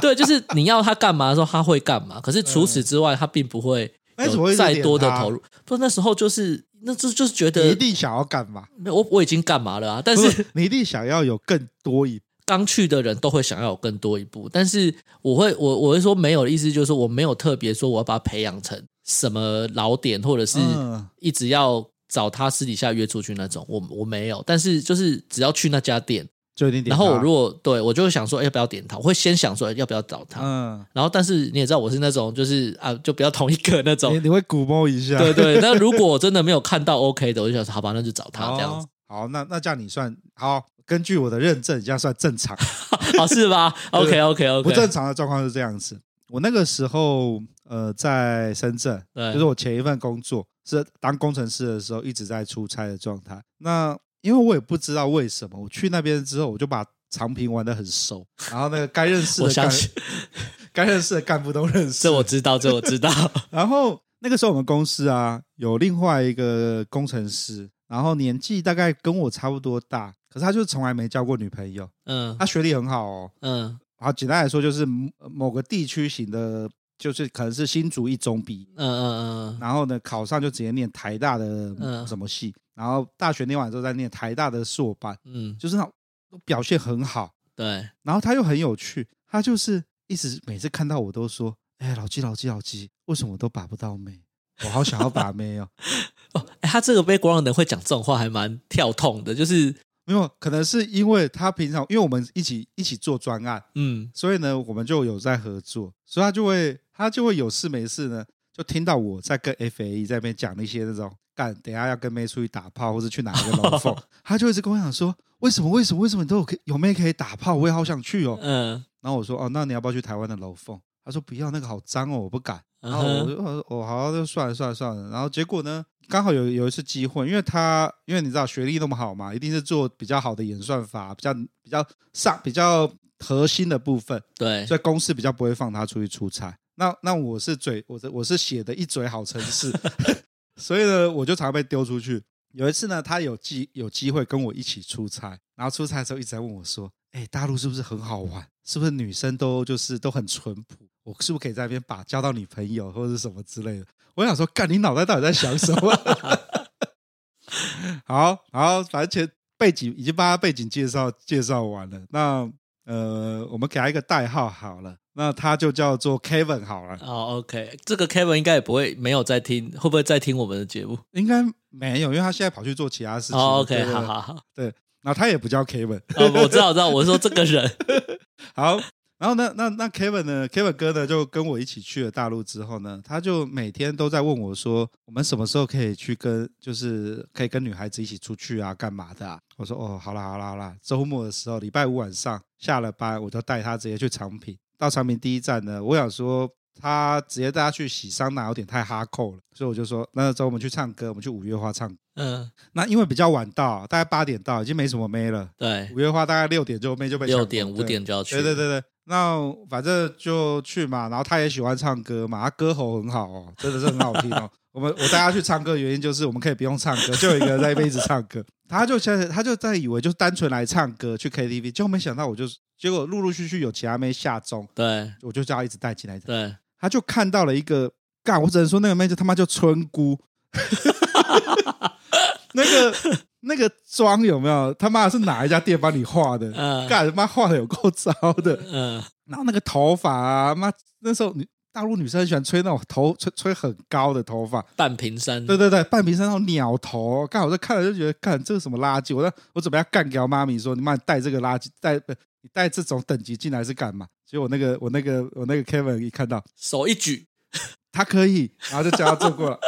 [SPEAKER 2] 对，就是你要他干嘛的时候，他会干嘛。可是除此之外，他并不会
[SPEAKER 1] 那嗯怎么会
[SPEAKER 2] 有
[SPEAKER 1] 一直
[SPEAKER 2] 再
[SPEAKER 1] 点
[SPEAKER 2] 多的
[SPEAKER 1] 他
[SPEAKER 2] 投入。不，那时候就是那就就是觉
[SPEAKER 1] 你一
[SPEAKER 2] 得
[SPEAKER 1] 定想要干嘛？
[SPEAKER 2] 没有我我已经干嘛了啊，但
[SPEAKER 1] 不
[SPEAKER 2] 是
[SPEAKER 1] 是，你一定想要有更多一
[SPEAKER 2] 刚去的人都会想要有更多一步，但是我会我我会说没有的意思，就是说我没有特别说我要把他培养成什么老点，或者是
[SPEAKER 1] 嗯
[SPEAKER 2] 一直要找他私底下约出去那种，我我没有，但是就是只要去那家店，
[SPEAKER 1] 就一定点
[SPEAKER 2] 然
[SPEAKER 1] 他。
[SPEAKER 2] 后我如果对我就会想说、哎要不要点他，我会先想说、哎要不要找他，
[SPEAKER 1] 嗯，
[SPEAKER 2] 然后但是你也知道我是那种就是啊就不要同一个 那
[SPEAKER 1] 你
[SPEAKER 2] 种，
[SPEAKER 1] 你会鼓摸一下，
[SPEAKER 2] 对对，那如果我真的没有看到 OK 的，我就想说好吧，那就找他这样子
[SPEAKER 1] 哦。。好，那那这样你算好，根据我的认证，这样算正 常。
[SPEAKER 2] 好哦是吧？OK OK
[SPEAKER 1] 不
[SPEAKER 2] OK，
[SPEAKER 1] 正常的状况是这样子。我那个时候呃在深圳，
[SPEAKER 2] 对
[SPEAKER 1] 就是我前一份工作是当工程师的时候一直在出差的状态。那因为我也不知道为什么，我去那边之后我就把长平玩的很熟，然后那个该认识
[SPEAKER 2] 我
[SPEAKER 1] 的
[SPEAKER 2] 相
[SPEAKER 1] 干
[SPEAKER 2] 信
[SPEAKER 1] 该认识的干部都认识
[SPEAKER 2] 这。我知道，这我知道。
[SPEAKER 1] 然后那个时候我们公司啊有另外一个工程师，然后年纪大概跟我差不多大，可是他就从来没交过女朋友。
[SPEAKER 2] 嗯
[SPEAKER 1] 他学历很好哦，
[SPEAKER 2] 嗯
[SPEAKER 1] 好，简单来说就是某某个地区型的，就是可能是新竹一中毕业，
[SPEAKER 2] 嗯嗯嗯
[SPEAKER 1] 然后呢考上就直接念台大的
[SPEAKER 2] 嗯
[SPEAKER 1] 什么系，然后大学念完之后再念台大的硕班，
[SPEAKER 2] 嗯，
[SPEAKER 1] 就是那种表现很好，
[SPEAKER 2] 对，
[SPEAKER 1] 然后他又很有趣，他就是一直每次看到我都说，哎，老鸡老鸡老鸡，为什么我都把不到妹？我好想要把妹哦，
[SPEAKER 2] 哎，他这个 background 的会讲这种话，还蛮跳痛的，就是
[SPEAKER 1] 没有，可能是因为他平常，因为我们一起一起做专案，
[SPEAKER 2] 嗯
[SPEAKER 1] 所以呢，我们就有在合作，所以他就会他就会有事没事呢，就听到我在跟 FAE 在那边讲那些那种干，等一下要跟妹出去打炮，或是去哪一个龙凤，他就一直跟我讲说，为什么为什么为什么你都有可有妹可以打炮，我也好想去哦。
[SPEAKER 2] 嗯
[SPEAKER 1] 然后我说哦，那你要不要去台湾的龙凤？他说不要，那个好脏哦，我不敢。然
[SPEAKER 2] 嗯
[SPEAKER 1] 后我
[SPEAKER 2] 哼
[SPEAKER 1] 就我我好，就算了算了算了。然后结果呢，刚好有有一次机会，因为他因为你知道学历那么好嘛，一定是做比较好的演算法，比较比较上比较核心的部分。
[SPEAKER 2] 对，
[SPEAKER 1] 所以公司比较不会放他出去出差。那那我是嘴，我的我是写的一嘴好城市， 所以呢，我就常被丢出去。有一次呢，他有机有机会跟我一起出差，然后出差的时候一直在问我说：“哎、大陆是不是很好玩？是不是女生都就是都很淳朴？我是不是可以在那边把交到女朋友或者是什么之类的？”我想说，干你脑袋到底在想什么？ 好，然后反正前背景已经把他背景介绍介绍完了，那呃，我们给他一个代号好了，那他就叫做 Kevin 好了，
[SPEAKER 2] 哦 OK，这个 Kevin 应该也不会没有在听，会不会在听我们的节目？
[SPEAKER 1] 应该没有，因为他现在跑去做其他事情了。
[SPEAKER 2] 哦
[SPEAKER 1] 对
[SPEAKER 2] OK，
[SPEAKER 1] 不对
[SPEAKER 2] 好好好，
[SPEAKER 1] 然后他也不叫 Kevin。
[SPEAKER 2] 哦我知道我知道，我是说这个人，
[SPEAKER 1] 好，然后呢，那那 Kevin 呢，Kevin 哥呢，就跟我一起去了大陆之后呢，他就每天都在问我说，我们什么时候可以去跟，就是可以跟女孩子一起出去啊，干嘛的、啊？我说哦，好啦好啦好啦，周末的时候，礼拜五晚上下了班，我就带他直接去长平。到长平第一站呢，我想说。他直接带他去洗桑拿有点太哈扣了，所以我就说那周我们去唱歌，我们去五月花唱歌。
[SPEAKER 2] 嗯，
[SPEAKER 1] 那因为比较晚到，大概八点到，已经没什么妹了。
[SPEAKER 2] 对，
[SPEAKER 1] 五月花大概六点就妹就被抢
[SPEAKER 2] 六
[SPEAKER 1] 光
[SPEAKER 2] 点五
[SPEAKER 1] 对
[SPEAKER 2] 点就要去，
[SPEAKER 1] 对对对对，那反正就去嘛，然后他也喜欢唱歌嘛，他歌喉很好哦，真的是很好听哦。我们我带他去唱歌，原因就是我们可以不用唱歌，就有一个人在那边一直唱歌，他就现在他就在以为就是单纯来唱歌去 KTV，结果没想到我就结果陆陆续续有其他妹下钟，
[SPEAKER 2] 对
[SPEAKER 1] 我就叫他一直带进来，
[SPEAKER 2] 对，
[SPEAKER 1] 他就看到了一个干，我只能说那个妹子他妈就村姑， 那个那个妆有没有他妈的是哪一家店帮你画的？
[SPEAKER 2] 嗯
[SPEAKER 1] 干他妈画的有够糟的，
[SPEAKER 2] 嗯
[SPEAKER 1] 然后那个头发啊，妈那时候女大陆女生很喜欢吹那种头吹吹很高的头发，
[SPEAKER 2] 半屏山，
[SPEAKER 1] 对对对，半瓶山那种鸟头，刚好在看了就觉得，干这是什么垃圾？我在我准备要干掉妈咪说，你妈你带这个垃圾带不你带这种等级进来是干嘛？结果我那个我那个我那个 Kevin 一看到
[SPEAKER 2] 手一举，
[SPEAKER 1] 他可以，然后就叫他坐过来。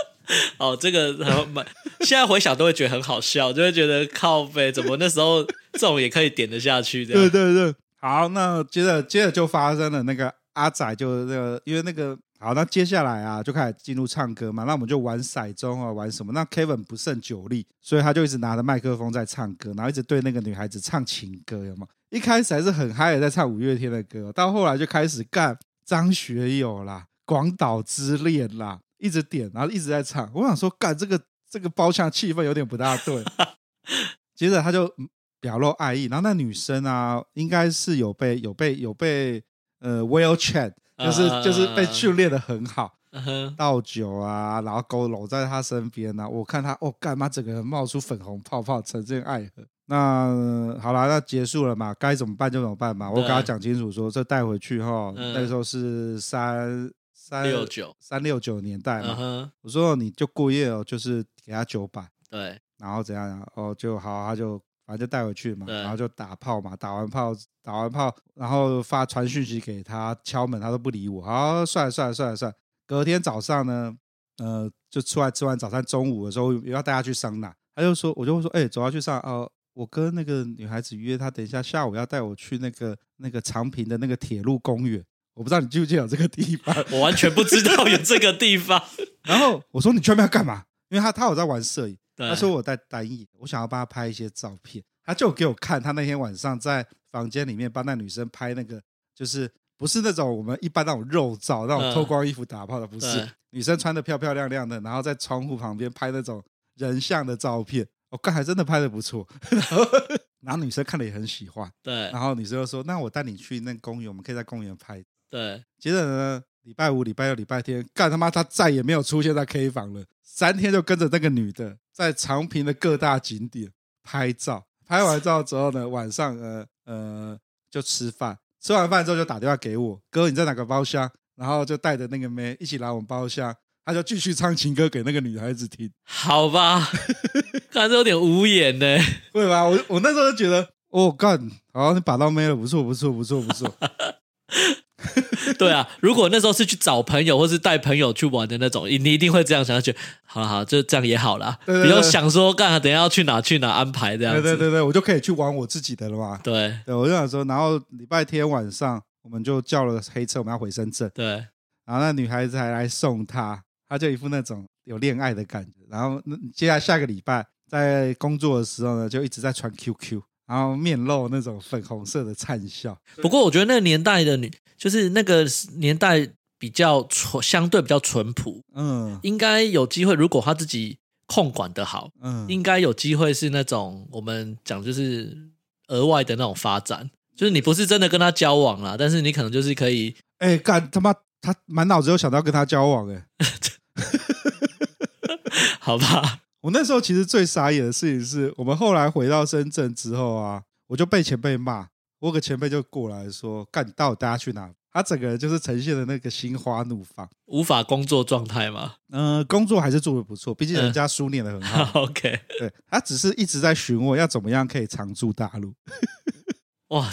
[SPEAKER 2] 哦，这个很蛮，现在回想都会觉得很好笑，就会觉得靠背怎么那时候这种也可以点得下去这
[SPEAKER 1] 对
[SPEAKER 2] 样。
[SPEAKER 1] 对对，好，那接着接着就发生了那个阿仔就那个，因为那个好，那接下来啊就开始进入唱歌嘛，那我们就玩骰盅啊，玩什么？那 Kevin 不胜酒力，所以他就一直拿着麦克风在唱歌，然后一直对那个女孩子唱情歌，有吗？一开始还是很嗨的在唱五月天的歌，到后来就开始干张学友啦、广岛之恋啦，一直点，然后一直在唱。我想说，干这个这个包厢气氛有点不大对。接着他就表露爱意，然后那女生啊，应该是有被有被有被呃 well chat，就是就是被训练的很好，
[SPEAKER 2] 嗯哼，
[SPEAKER 1] 倒酒啊，然后狗搂在他身边啊，我看他哦，干嘛整个人冒出粉红泡泡，沉浸爱河。那呃好啦，那结束了嘛，该怎么办就怎么办嘛。我
[SPEAKER 2] 对
[SPEAKER 1] 跟他讲清楚说，这带回去哈，
[SPEAKER 2] 嗯
[SPEAKER 1] 那时候是三三
[SPEAKER 2] 六九，
[SPEAKER 1] 三六九年代
[SPEAKER 2] 嗯
[SPEAKER 1] 嘛。
[SPEAKER 2] 哼，
[SPEAKER 1] 我说你就过夜哦，就是给他九百，
[SPEAKER 2] 对，
[SPEAKER 1] 然后怎样啊？哦，就好，他就反正就带回去嘛，
[SPEAKER 2] 对
[SPEAKER 1] 然后就打炮嘛，打完炮，打完炮，然后发传讯息给他，敲门他都不理我，好，算了算了算了算了。隔天早上呢，呃，就出来吃完早餐，中午的时候又要带他去桑拿，他就说，我就会说，哎、走要去上哦。我跟那个女孩子约，她等一下下午要带我去那个那个长平的那个铁路公园，我不知道你记不记得有这个地方。
[SPEAKER 2] 呃我完全不知道有这个地方。
[SPEAKER 1] 然后我说你去那边要干嘛？因为他他有在玩摄影，
[SPEAKER 2] 对，
[SPEAKER 1] 他说我在单艺，我想要帮他拍一些照片，他就给我看他那天晚上在房间里面帮那女生拍那个，就是不是那种我们一般那种肉照，那种
[SPEAKER 2] 嗯
[SPEAKER 1] 脱光衣服打炮的，不是、
[SPEAKER 2] 对
[SPEAKER 1] 女生穿的漂漂亮亮的，然后在窗户旁边拍那种人像的照片，我、看还真的拍的不错，然后然后女生看了也很喜欢，
[SPEAKER 2] 对
[SPEAKER 1] 然后女生就说那我带你去那公园，我们可以在公园拍。
[SPEAKER 2] 对，
[SPEAKER 1] 接着呢，礼拜五、礼拜六、礼拜天，干他妈他再也没有出现在 K 房了。三天就跟着那个女的在长平的各大景点拍照，拍完照之后呢，晚上呃呃就吃饭，吃完饭之后就打电话给我，哥你在哪个包厢？然后就带着那个妹一起来我们包厢，他就继续唱情歌给那个女孩子听，
[SPEAKER 2] 好吧，看这有点无言呢。
[SPEAKER 1] 对吧？我我那时候就觉得，哦干，好你把到妹了，不错不错不错不错，
[SPEAKER 2] 对啊，如果那时候是去找朋友或是带朋友去玩的那种，你一定会这样想下去。好了好，就这样也好啦，
[SPEAKER 1] 对对
[SPEAKER 2] 不
[SPEAKER 1] 对
[SPEAKER 2] 用想说干，等一下要去哪去哪安 排这样
[SPEAKER 1] 对
[SPEAKER 2] 子。
[SPEAKER 1] 对对对，我就可以去玩我自己的了嘛。
[SPEAKER 2] 对
[SPEAKER 1] 对，我就想说，然后礼拜天晚上我们就叫了黑车，我们要回深圳，
[SPEAKER 2] 对
[SPEAKER 1] 然后那女孩子还来送他，他就一副那种有恋爱的感觉。然后那接下来下个礼拜在工作的时候呢，就一直在传 QQ，然后面露那种粉红色的灿笑。
[SPEAKER 2] 不过我觉得那个年代的女，就是那个年代比较淳，相对比较淳朴，
[SPEAKER 1] 嗯
[SPEAKER 2] 应该有机会。如果她自己控管的好，
[SPEAKER 1] 嗯，
[SPEAKER 2] 应该有机会是那种我们讲就是额外的那种发展，就是你不是真的跟她交往啦，但是你可能就是可以
[SPEAKER 1] 哎、干他妈，他满脑子有想到跟他交往哎、
[SPEAKER 2] 好吧？
[SPEAKER 1] 我那时候其实最傻眼的事情是，我们后来回到深圳之后啊，我就被前辈骂。我有个前辈就过来说：“干，你到底带他去哪？”他整个人就是呈现的那个心花怒放。
[SPEAKER 2] 无法工作状态嘛
[SPEAKER 1] 嗯、工作还是做的不错，毕竟
[SPEAKER 2] 嗯
[SPEAKER 1] 人家书念的很好。
[SPEAKER 2] ？OK，
[SPEAKER 1] 对他只是一直在询问要怎么样可以常驻大陆，
[SPEAKER 2] 哇，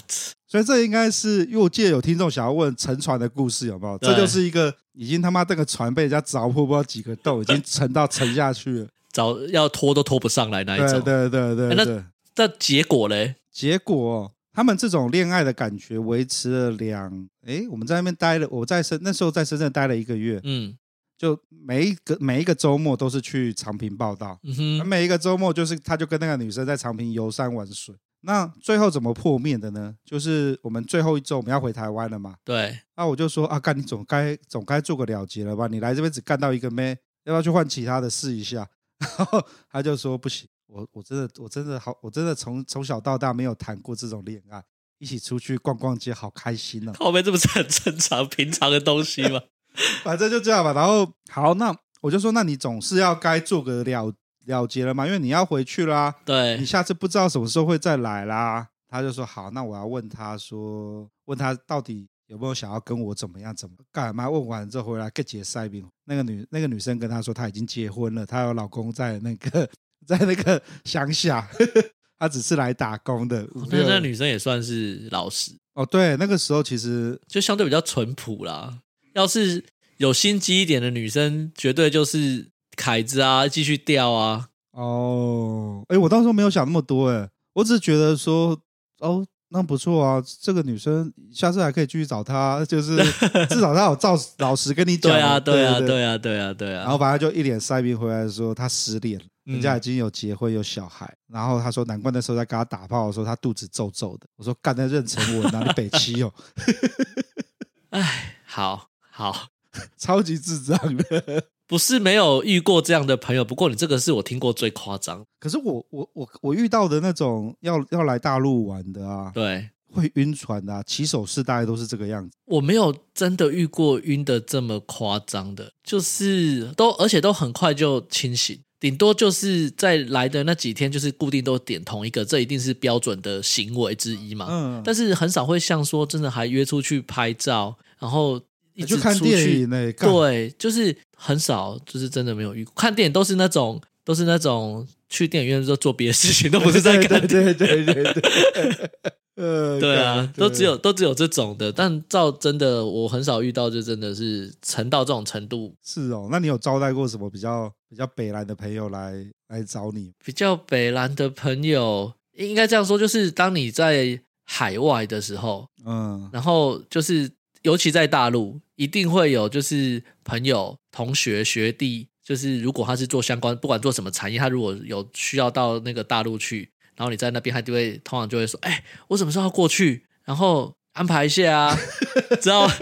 [SPEAKER 1] 所以这应该是因为我记得有听众想要问沉船的故事有没有？
[SPEAKER 2] 对
[SPEAKER 1] 这就是一个已经他妈这个船被人家凿破不知道几个洞，已经沉到沉下去了。
[SPEAKER 2] 早要拖都拖不上来那一
[SPEAKER 1] 对
[SPEAKER 2] 种。
[SPEAKER 1] 对对对
[SPEAKER 2] 哎那
[SPEAKER 1] 对。
[SPEAKER 2] 那结果嘞？
[SPEAKER 1] 结果他们这种恋爱的感觉维持了两，诶，我们在那边待了，我在深那时候在深圳待了一个月，
[SPEAKER 2] 嗯
[SPEAKER 1] 就每一个每一个周末都是去长平报道，
[SPEAKER 2] 嗯
[SPEAKER 1] 那
[SPEAKER 2] 哼，
[SPEAKER 1] 每一个周末就是他就跟那个女生在长平游山玩水。那最后怎么破灭的呢？就是我们最后一周我们要回台湾了嘛，
[SPEAKER 2] 对
[SPEAKER 1] 那我就说啊，干你总该总该做个了结了吧？你来这边只干到一个妹，要不要去换其他的试一下？ 然后他就说不行，我我真的我真的好，我真的从从小到大没有谈过这种恋爱，一起出去逛逛街，好开心哦。
[SPEAKER 2] 靠背这不是很正常、平常的东西吗？
[SPEAKER 1] 反正就这样吧。然后好，那我就说，那你总是要该做个了了结了嘛，因为你要回去啦。你
[SPEAKER 2] 对，
[SPEAKER 1] 下次不知道什么时候会再来啦。他就说好，那我要问他说，问他到底有没有想要跟我怎么样怎么干嘛？问完之后回来跟结塞宾，那个女那个女生跟他说她已经结婚了，她有老公在那个 在那个乡下， 她只是来打工的。五
[SPEAKER 2] 哦那
[SPEAKER 1] 六
[SPEAKER 2] 那女生也算是老实，
[SPEAKER 1] 哦，对，那个时候其实
[SPEAKER 2] 就相对比较淳朴啦。要是有心机一点的女生，绝对就是凯子啊，继续钓啊。
[SPEAKER 1] 哦，哎，我当时没有想那么多，哎，我只是觉得说，哦，那不错啊，这个女生下次还可以继续找她，就是 至少她有照老实跟你讲
[SPEAKER 2] 对
[SPEAKER 1] 嘛，
[SPEAKER 2] 啊，对啊，
[SPEAKER 1] 对
[SPEAKER 2] 对啊，对啊，对
[SPEAKER 1] 然
[SPEAKER 2] 啊
[SPEAKER 1] 后。反正就一脸塞宾回来说她失恋了，人家已
[SPEAKER 2] 嗯
[SPEAKER 1] 经有结婚有小孩，然后她说难怪那时候在跟她打炮的时候她肚子皱皱的，我说啊干那妊娠纹哪里北七哦，
[SPEAKER 2] 哎，好好，
[SPEAKER 1] 超级智障的。
[SPEAKER 2] 不是没有遇过这样的朋友，不过你这个是我听过最夸张。
[SPEAKER 1] 可是我我我我遇到的那种要要来大陆玩的啊，
[SPEAKER 2] 对
[SPEAKER 1] 会晕船的、啊，骑手式大概都是这个样子。
[SPEAKER 2] 我没有真的遇过晕的这么夸张的，就是都而且都很快就清醒，顶多就是在来的那几天就是固定都点同一个，这一定是标准的行为之一嘛。
[SPEAKER 1] 嗯，
[SPEAKER 2] 啊但是很少会像说真的还约出去拍照，然后一直
[SPEAKER 1] 去看
[SPEAKER 2] 出
[SPEAKER 1] 电
[SPEAKER 2] 去
[SPEAKER 1] 影呢、干
[SPEAKER 2] 对，就是很少，就是真的没有遇过。看电影都是那种，都是那种去电影院就做别的事情，都不是在看电
[SPEAKER 1] 对
[SPEAKER 2] 影。
[SPEAKER 1] 对对对对，呃，
[SPEAKER 2] 对
[SPEAKER 1] 干
[SPEAKER 2] 啊，都只有都只有这种的。但照真的，我很少遇到，就真的是沉到这种程度，
[SPEAKER 1] 是哦。那你有招待过什么比较比较北来的朋友来来找你？
[SPEAKER 2] 比较北蓝的朋友，应该这样说，就是当你在海外的时候，
[SPEAKER 1] 嗯，
[SPEAKER 2] 然后就是尤其在大陆，一定会有就是朋友、同学、学弟，就是如果他是做相关，不管做什么产业，他如果有需要到那个大陆去，然后你在那边，他就会通常就会说：“哎、我什么时候要过去？”然后安排一下啊， 知道吗？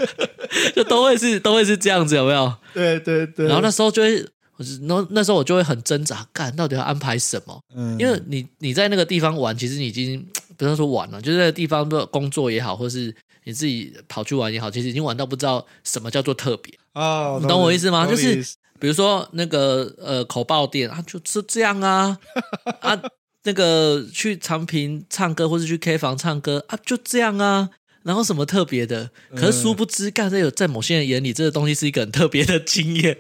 [SPEAKER 2] 就都会是都会是这样子，有没有？
[SPEAKER 1] 对对对。
[SPEAKER 2] 然后那时候就会，我就那那时候我就会很挣扎，干到底要安排什么？
[SPEAKER 1] 嗯，
[SPEAKER 2] 因为你你在那个地方玩，其实你已经不要说玩了，就是那个地方的工作也好，或是你自己跑去玩也好，其实已经玩到不知道什么叫做特别。
[SPEAKER 1] 哦，
[SPEAKER 2] 你懂我意思吗
[SPEAKER 1] 懂你
[SPEAKER 2] 就是
[SPEAKER 1] 意思
[SPEAKER 2] 比如说那个呃口爆店啊，就是这样啊啊，那个去长平唱歌或是去 K 房唱歌啊，就这样啊。然后什么特别的？可是殊不知，干这有在某些人眼里，这个东西是一个很特别的经验。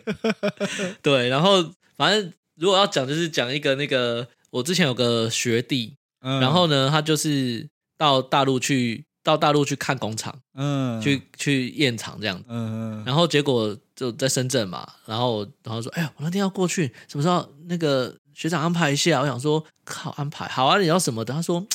[SPEAKER 2] 对，然后反正如果要讲，就是讲一个那个，我之前有个学弟，
[SPEAKER 1] 嗯
[SPEAKER 2] 然后呢，他就是到大陆去，到大陆去看工厂，
[SPEAKER 1] 嗯
[SPEAKER 2] 去去验厂这样子。
[SPEAKER 1] 嗯嗯
[SPEAKER 2] 然后结果就在深圳嘛，然后然后说，哎呀，我那天要过去，什么时候那个学长安排一下？我想说，靠，安排好啊，你要什么的？他说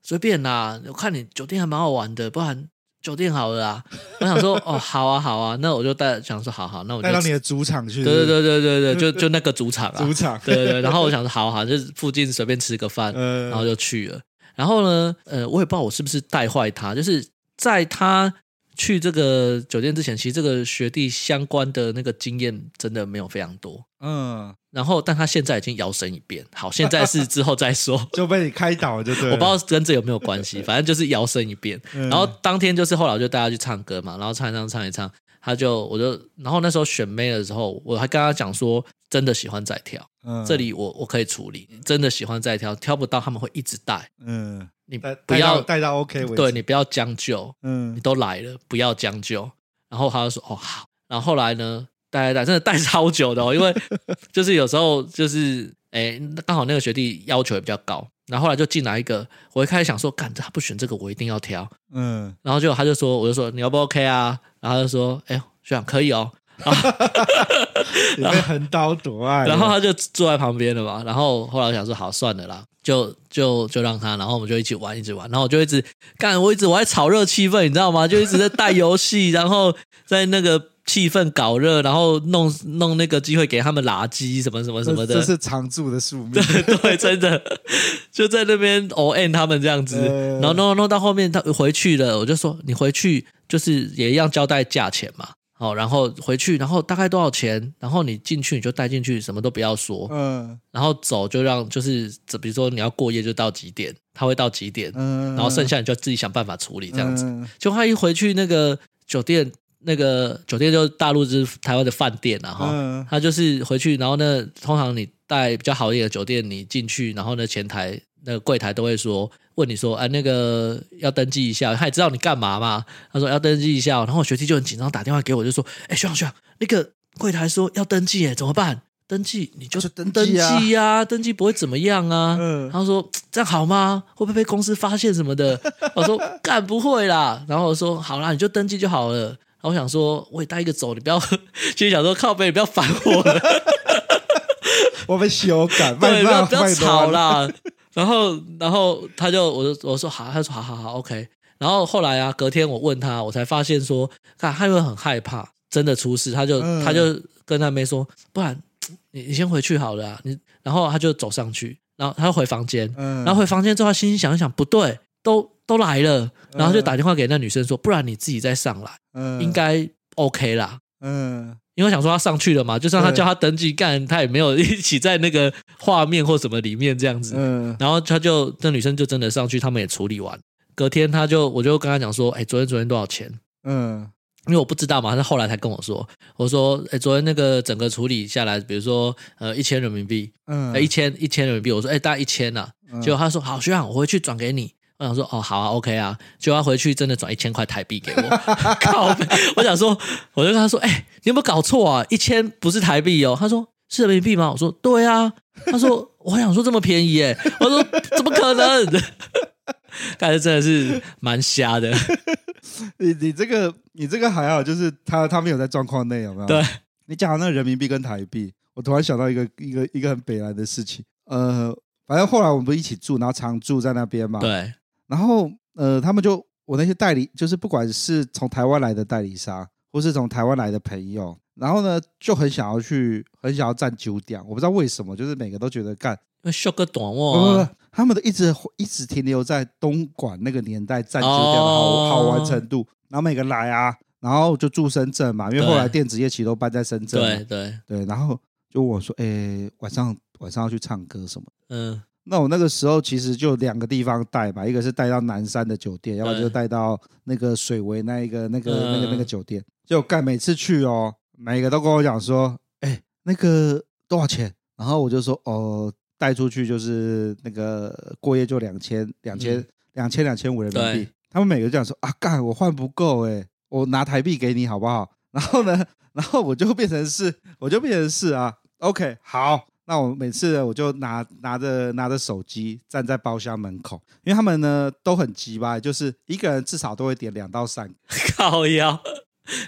[SPEAKER 2] 随便啦，我看你酒店还蛮好玩的，不然酒店好了啊。我想说，哦，好啊，好啊，那我就带想说，好好，那我就
[SPEAKER 1] 带到你的主场去，
[SPEAKER 2] 对对对对 对对，就就那个主场啊
[SPEAKER 1] 主，场，
[SPEAKER 2] 对对对。然后我想说，好好，就是附近随便吃 个饭，
[SPEAKER 1] 呃，
[SPEAKER 2] 然后就去了。然后呢，呃，我也不知道我是不是带坏他，就是在他去这个酒店之前，其实这个学弟相关的那个经验真的没有非常多。
[SPEAKER 1] 嗯，
[SPEAKER 2] 然后，但他现在已经摇身一变，好，现在是之后再说，
[SPEAKER 1] 就被你开导就对了，
[SPEAKER 2] 我不知道跟这有没有关系，反正就是摇身一变。
[SPEAKER 1] 嗯，
[SPEAKER 2] 然后当天就是后来我就带他去唱歌嘛，然后唱一唱唱一唱，他就我就，然后那时候选妹的时候，我还跟他讲说，真的喜欢再跳，
[SPEAKER 1] 嗯
[SPEAKER 2] 这里我我可以处理，真的喜欢再跳，挑不到他们会一直带，
[SPEAKER 1] 嗯，
[SPEAKER 2] 你
[SPEAKER 1] 带
[SPEAKER 2] 不
[SPEAKER 1] 带
[SPEAKER 2] 要
[SPEAKER 1] 到带到 OK 为止，
[SPEAKER 2] 对你不要将就，你
[SPEAKER 1] 嗯
[SPEAKER 2] 都来了，不要将就。然后他就说哦好，然后后来呢，带带带，真的带超久的哦，因为就是有时候就是哎，刚好那个学弟要求也比较高，然后后来就进来一个，我一开始想说，干他不选这个，我一定要挑，
[SPEAKER 1] 嗯，
[SPEAKER 2] 然后就他就说，我就说你要不 OK 啊，然后他就说，哎呦学长可以哦，
[SPEAKER 1] 你被横刀夺爱了，
[SPEAKER 2] 然后他就坐在旁边了嘛。然后后来我想说，好算了啦，就就就让他，然后我们就一起玩，一直玩。然后我就一直干，我一直我在炒热气氛，你知道吗？就一直在带游戏， 然后在那个气氛搞热，然后弄弄那个机会给他们拉鸡什么什么什么
[SPEAKER 1] 这
[SPEAKER 2] 的
[SPEAKER 1] 这。是常驻的宿命，
[SPEAKER 2] 对，真的就在那边 O N 他们这样子，
[SPEAKER 1] 呃
[SPEAKER 2] 然后弄弄到后面他回去了，我就说你回去就是也一样交代价钱嘛，好，然后回去，然后大概多少钱，然后你进去你就带进去，什么都不要 说，
[SPEAKER 1] 嗯
[SPEAKER 2] 然后走就让就是，这比如说你要过夜就到几点，他会到几点，
[SPEAKER 1] 嗯，
[SPEAKER 2] 然后剩下你就自己想办法处理这样子。
[SPEAKER 1] 嗯
[SPEAKER 2] 就他一回去那个酒店，那个酒店就是大陆就是台湾的饭店啊哈，
[SPEAKER 1] 嗯
[SPEAKER 2] 他就是回去，然后呢，通常你带比较好一点的酒店，你进去，然后呢前台那个柜台都会说问你说，哎、那个要登记一下，他也知道你干嘛嘛，他说要登记一下哦，然后我学弟就很紧张打电话给我，就说，哎、学长学长，那个柜台说要登记耶，怎么办？登记你就
[SPEAKER 1] 就登
[SPEAKER 2] 登
[SPEAKER 1] 记啊
[SPEAKER 2] 记呀、登记不会怎么样啊。
[SPEAKER 1] 嗯
[SPEAKER 2] 他说这样好吗？会不会被公司发现什么的？ 我说干不会啦。然后我说好啦，你就登记就好了。然后我想说，我也带一个走，你不要， 心里想说靠背，你不要烦我 了，
[SPEAKER 1] 我被修改， 慢
[SPEAKER 2] 对，不要
[SPEAKER 1] 慢
[SPEAKER 2] 不要
[SPEAKER 1] 慢
[SPEAKER 2] 吵
[SPEAKER 1] 慢，
[SPEAKER 2] 啦。然后然后他就我就我说好，他说好好好，OK。然后后来啊，隔天我问他，我才发现说，看他会很害怕，真的出事，他就、
[SPEAKER 1] 嗯
[SPEAKER 2] 他就跟他妹说，不然你你先回去好了啊、你然后他就走上去，然后他就回房间，
[SPEAKER 1] 嗯，
[SPEAKER 2] 然后回房间之后，他心里想一想，不对，都都来了，然后就打电话给那女生说，不然你自己再上来，
[SPEAKER 1] 嗯
[SPEAKER 2] 应该 OK 啦。
[SPEAKER 1] 嗯，
[SPEAKER 2] 因为我想说他上去了嘛，就算他
[SPEAKER 1] 对
[SPEAKER 2] 叫他登记干，他也没有 一起在那个画面或什么里面这样子。
[SPEAKER 1] 嗯，
[SPEAKER 2] 然后他就那女生就真的上去，他们也处理完。隔天他就我就跟他讲说，哎、昨天昨天多少钱？
[SPEAKER 1] 嗯，
[SPEAKER 2] 因为我不知道嘛，他后来才跟我说，我说，哎、昨天那个整个处理下来，比如说呃一千人民币，
[SPEAKER 1] 嗯，
[SPEAKER 2] 呃一千一千人民币，我说，哎、大概一千呐、
[SPEAKER 1] 嗯，
[SPEAKER 2] 结果他说好，学长，我回去转给你。我想说哦，好啊，OK 啊。结果他回去真的转一千块台币给我， 靠北！我想说，我就跟他说，哎、你有没有搞错啊？一千不是台币哦。他说是人民币吗？我说对啊。 他说我还想说这么便宜耶、我说怎么可能？ 但是真的是蛮瞎的，
[SPEAKER 1] 你你这个你这个还好，就是他他没有在状况内，有没有？
[SPEAKER 2] 对，
[SPEAKER 1] 你讲到那个人民币跟台币，我突然想到一个一个一个很北来的事情。呃，反正后来我们不是一起住，然后常住在那边嘛。。
[SPEAKER 2] 对，
[SPEAKER 1] 然后呃，他们就我那些代理，就是不管是从台湾来的代理商，或是从台湾来的朋友，然后呢就很想要去，很想要站酒点。我不知道为什么，就是每个都觉得干，
[SPEAKER 2] 秀个短
[SPEAKER 1] 不不
[SPEAKER 2] 袜
[SPEAKER 1] 不
[SPEAKER 2] 啊，，
[SPEAKER 1] 他们都一直一直停留在东莞那个年代站酒店的好、
[SPEAKER 2] 哦
[SPEAKER 1] 好玩程度，然后每个来啊，然后就住深圳嘛，因为
[SPEAKER 2] 对
[SPEAKER 1] 后来电子业其实都搬在深圳
[SPEAKER 2] 对
[SPEAKER 1] 嘛，
[SPEAKER 2] 对，
[SPEAKER 1] 对然后就问我说，诶，晚上晚上要去唱歌什么？
[SPEAKER 2] 嗯，
[SPEAKER 1] 那我那个时候其实就两个地方带吧，一个是带到南山的酒店，要不然就带到那个水围那一个那个那个那个
[SPEAKER 2] 嗯
[SPEAKER 1] 酒店。就干每次去哦，每个都跟我讲说，哎，那个多少钱？然后我就说，哦，带出去就是那个过夜就两千两千
[SPEAKER 2] 嗯
[SPEAKER 1] 两千两千五人民币
[SPEAKER 2] 对。
[SPEAKER 1] 他们每个就讲说啊，干我换不够哎、我拿台币给你好不好？ 然后呢，然后我就变成是，我就变成是啊，OK，好，那我每次呢我就拿拿着拿着手机站在包厢门口，因为他们呢都很急吧，就是一个人至少都会点两到三个，
[SPEAKER 2] 靠腰，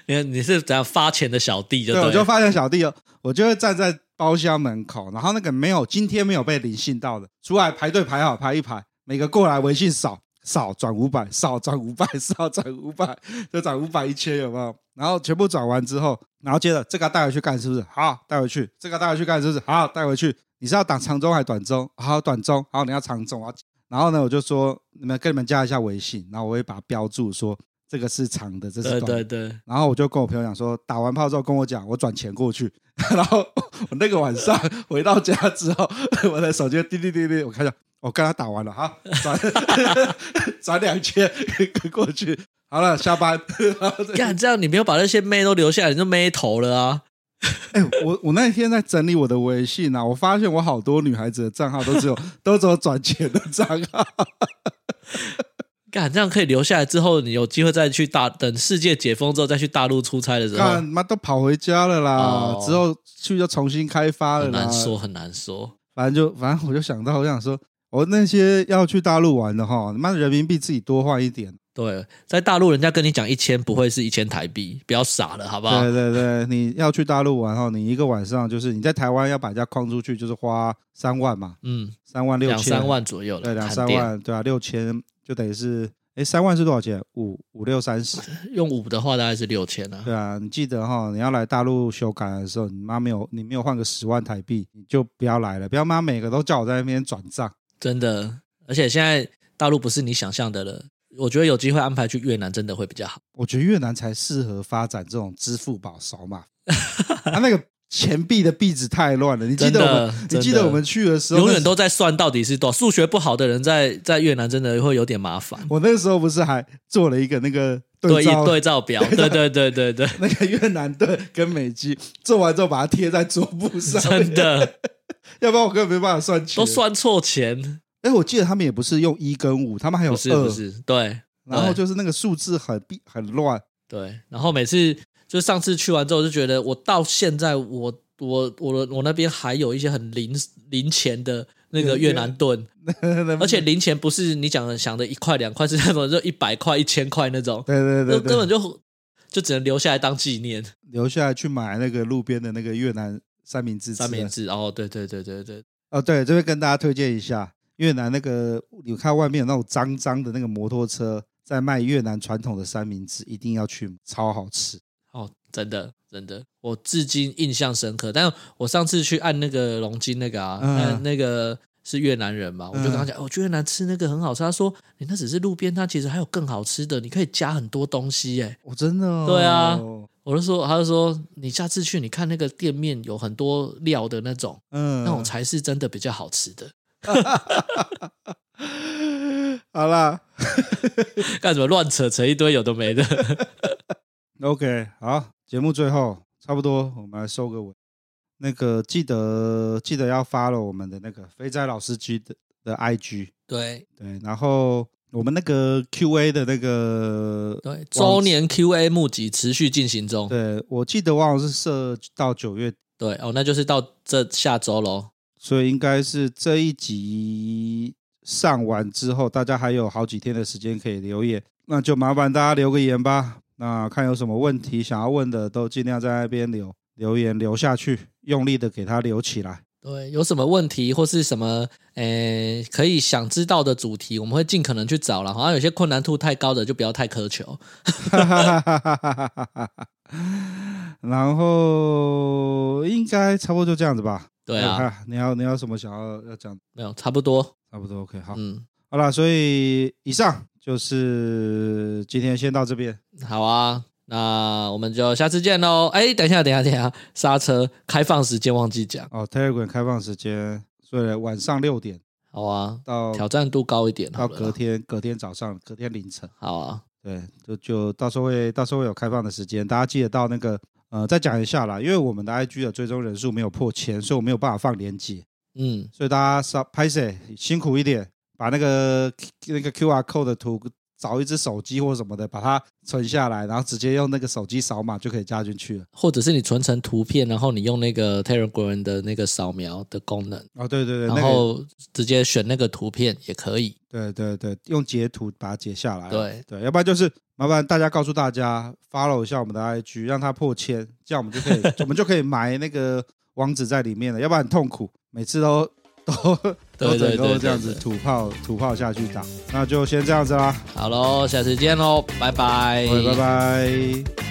[SPEAKER 2] 你看你是怎样发钱的小弟就
[SPEAKER 1] 对，我
[SPEAKER 2] 对
[SPEAKER 1] 就
[SPEAKER 2] 了，
[SPEAKER 1] 发现小弟哦，我就会站在包厢门口，然后那个没有今天没有被领信到的，出来排队排好排一排，每个过来微信扫扫转五百，扫转五百，扫转五百，就转五百一千有没有？然后全部转完之后，然后接着这个带回去干是不是？好，带回去，这个带回去干是不是？好，带回去。你是要打长中还是短中？好，短中。好，你要长中啊。然后呢，我就说你们跟你们加一下微信，然后我会把它标注说这个是长的，这是短
[SPEAKER 2] 对
[SPEAKER 1] 的。
[SPEAKER 2] 对对，
[SPEAKER 1] 然后我就跟我朋友讲说，打完炮之后跟我讲，我转钱过去。 然后我那个晚 上回到家之后，我的手机滴滴滴滴，我看到我跟他打完了哈，转 转两千过去，好了，下 班。然 后这
[SPEAKER 2] 干这样你没有把那些妹都留下来，你就妹头了啊！
[SPEAKER 1] 哎、我我那天在整理我的微信啊，我发现我好多女孩子的账号都 只有都只有转钱的账号。
[SPEAKER 2] 干这样可以留下来之后，你有机会再去大等世界解封之后再去大陆出差的时
[SPEAKER 1] 干
[SPEAKER 2] 候，
[SPEAKER 1] 妈都跑回家了啦，
[SPEAKER 2] 啊哦
[SPEAKER 1] 之后去就重新开发了
[SPEAKER 2] 很
[SPEAKER 1] 啦。
[SPEAKER 2] 难说很难说。
[SPEAKER 1] 反正就反正我就想到，我想说，我那些要去大陆玩的哈，妈的人民币自己多换一点。
[SPEAKER 2] 对，在大陆人家跟你讲一千不会是一千台币，不要傻了，好不好
[SPEAKER 1] 对？对对，你要去大陆玩哈，你一个晚上就是你在台湾要把人家框出去，就是花三万嘛，
[SPEAKER 2] 嗯，
[SPEAKER 1] 三万六
[SPEAKER 2] 两
[SPEAKER 1] 千，
[SPEAKER 2] 三万左右了，
[SPEAKER 1] 对两
[SPEAKER 2] 看
[SPEAKER 1] 三
[SPEAKER 2] 店
[SPEAKER 1] 万对啊，六千就等于是哎三万是多少钱？五五六三 十
[SPEAKER 2] 用五的话大概是六千啊。
[SPEAKER 1] 对啊，你记得哈，你要来大陆修改的时候，你妈没有你没有换个十万台币，你就不要来了，不要妈每个都叫我在那边转账。
[SPEAKER 2] 真的。而且现在大陆不是你想象的了，我觉得有机会安排去越南真的会比较好。
[SPEAKER 1] 我觉得越南才适合发展这种支付宝扫码， 他、那个钱币的币值太乱了。你记得
[SPEAKER 2] 真的
[SPEAKER 1] 我们，
[SPEAKER 2] 真的
[SPEAKER 1] 你记得我们去的时候，
[SPEAKER 2] 永
[SPEAKER 1] 那
[SPEAKER 2] 远
[SPEAKER 1] 时
[SPEAKER 2] 都在算到底是多少，数学不好的人在在越南真的会有点麻烦。
[SPEAKER 1] 我那时候不是还做了一个那个
[SPEAKER 2] 对
[SPEAKER 1] 照
[SPEAKER 2] 一对照表，对对对对对，
[SPEAKER 1] 那个越南队跟美籍做完之后，把它贴在桌布上，
[SPEAKER 2] 真的
[SPEAKER 1] 要不然我根本没办法算钱。
[SPEAKER 2] 都算错钱，
[SPEAKER 1] 哎，我记得他们也不是用一跟五，他们还有
[SPEAKER 2] 不是不
[SPEAKER 1] 二，
[SPEAKER 2] 是，对
[SPEAKER 1] 然后就是那个数字很闭很乱。
[SPEAKER 2] 对。然后每次就上次去完之后，就觉得我到现在我我我我那边还有一些很零零钱的那个越南盾，
[SPEAKER 1] 嗯
[SPEAKER 2] 而且零钱不是你讲的想的一块两块，是那种就一百块一千块那种，
[SPEAKER 1] 对对
[SPEAKER 2] 就
[SPEAKER 1] 对
[SPEAKER 2] 根
[SPEAKER 1] 对
[SPEAKER 2] 本，就就只能留下来当纪念。
[SPEAKER 1] 留下来去买那个路边的那个越南三明治吃了。
[SPEAKER 2] 三明治，哦，对对对对对，
[SPEAKER 1] 哦，对，这边跟大家推荐一下越南那个，你看外面有那种脏脏的那个摩托车，在卖越南传统的三明治，一定要去，超好吃。
[SPEAKER 2] 哦，真的真的，我至今印象深刻。但我上次去按那个龙筋那个啊，
[SPEAKER 1] 嗯
[SPEAKER 2] 按那个是越南人嘛，我就跟他讲，哦，去越南吃那个很好吃。他说，你那只是路边摊，其实还有更好吃的，你可以加很多东西耶。
[SPEAKER 1] 我真的、哦、
[SPEAKER 2] 对啊我就说，他就说，你下次去，你看那个店面有很多料的那种，
[SPEAKER 1] 嗯，
[SPEAKER 2] 那种才是真的比较好吃的。
[SPEAKER 1] 好啦
[SPEAKER 2] 干什么乱扯扯一堆有的没的？
[SPEAKER 1] o k 好，节目最后差不多，我们来收个尾。那个记得记得要发了我们的那个肥仔老司机的的 IG，
[SPEAKER 2] 对
[SPEAKER 1] 对，然后我们那个 QA 的那个，
[SPEAKER 2] 对，周年 Q&A 募集持续进行中。
[SPEAKER 1] 对我记得忘了是设到九月
[SPEAKER 2] 对哦，那就是到这下周喽。
[SPEAKER 1] 所以应该是这一集上完之后，大家还有好几天的时间可以留言，那就麻烦大家留个言吧。那看有什么问题想要问的，都尽量在那边留留言留下去，用力的给它留起来。
[SPEAKER 2] 对，有什么问题或是什么诶可以想知道的主题，我们会尽可能去找了。好像有些困难度太高的，就不要太苛求。
[SPEAKER 1] 哈哈哈哈哈哈哈哈！然后应该差不多就这样子吧。
[SPEAKER 2] 对啊，
[SPEAKER 1] 啊，你要你要什么想要要讲？
[SPEAKER 2] 没有差不多。
[SPEAKER 1] 差不多 OK，好，
[SPEAKER 2] 嗯，
[SPEAKER 1] 好啦，所以以上就是今天先到这边。
[SPEAKER 2] 好啊，那我们就下次见喽。哎，等一下，等一下，等一下，刹车，开放时间忘记讲。
[SPEAKER 1] 哦，Telegram 开放时间，所以晚上六点
[SPEAKER 2] 好啊，
[SPEAKER 1] 到
[SPEAKER 2] 挑战度高一点好
[SPEAKER 1] 到
[SPEAKER 2] 了
[SPEAKER 1] 隔
[SPEAKER 2] 啦。
[SPEAKER 1] 天隔天早上隔天凌晨，
[SPEAKER 2] 好啊，
[SPEAKER 1] 对，就就到时候会到时候会有开放的时间，大家记得到那个呃再讲一下啦，因为我们的 IG 的追踪人数没有破千，所以我没有办法放链接，
[SPEAKER 2] 嗯，
[SPEAKER 1] 所以大家稍拍谁辛苦一点，把那个那个 QR code 的图。找一只手机或什么的，把它存下来，然后直接用那个手机扫码就可以加进去了。
[SPEAKER 2] 或者是你存成图片，然后你用那个 Telegram 的那个扫描的功能，
[SPEAKER 1] 哦，对对对，
[SPEAKER 2] 然
[SPEAKER 1] 那个
[SPEAKER 2] 后直接选那个图片也可以。
[SPEAKER 1] 对对对，用截图把它截下来。
[SPEAKER 2] 对
[SPEAKER 1] 对，要不然就是麻烦大家告诉大家 follow 一下我们的 IG，让它破千，这样我们就可以我们就可以埋那个网址在里面了，要不然很痛苦，每次都都都 整
[SPEAKER 2] 对对对
[SPEAKER 1] 个
[SPEAKER 2] 对
[SPEAKER 1] 这样子
[SPEAKER 2] 对
[SPEAKER 1] 土炮土炮下去打，那就先这样子啦，
[SPEAKER 2] 好喽，下次见喽，拜拜，
[SPEAKER 1] 各位拜拜。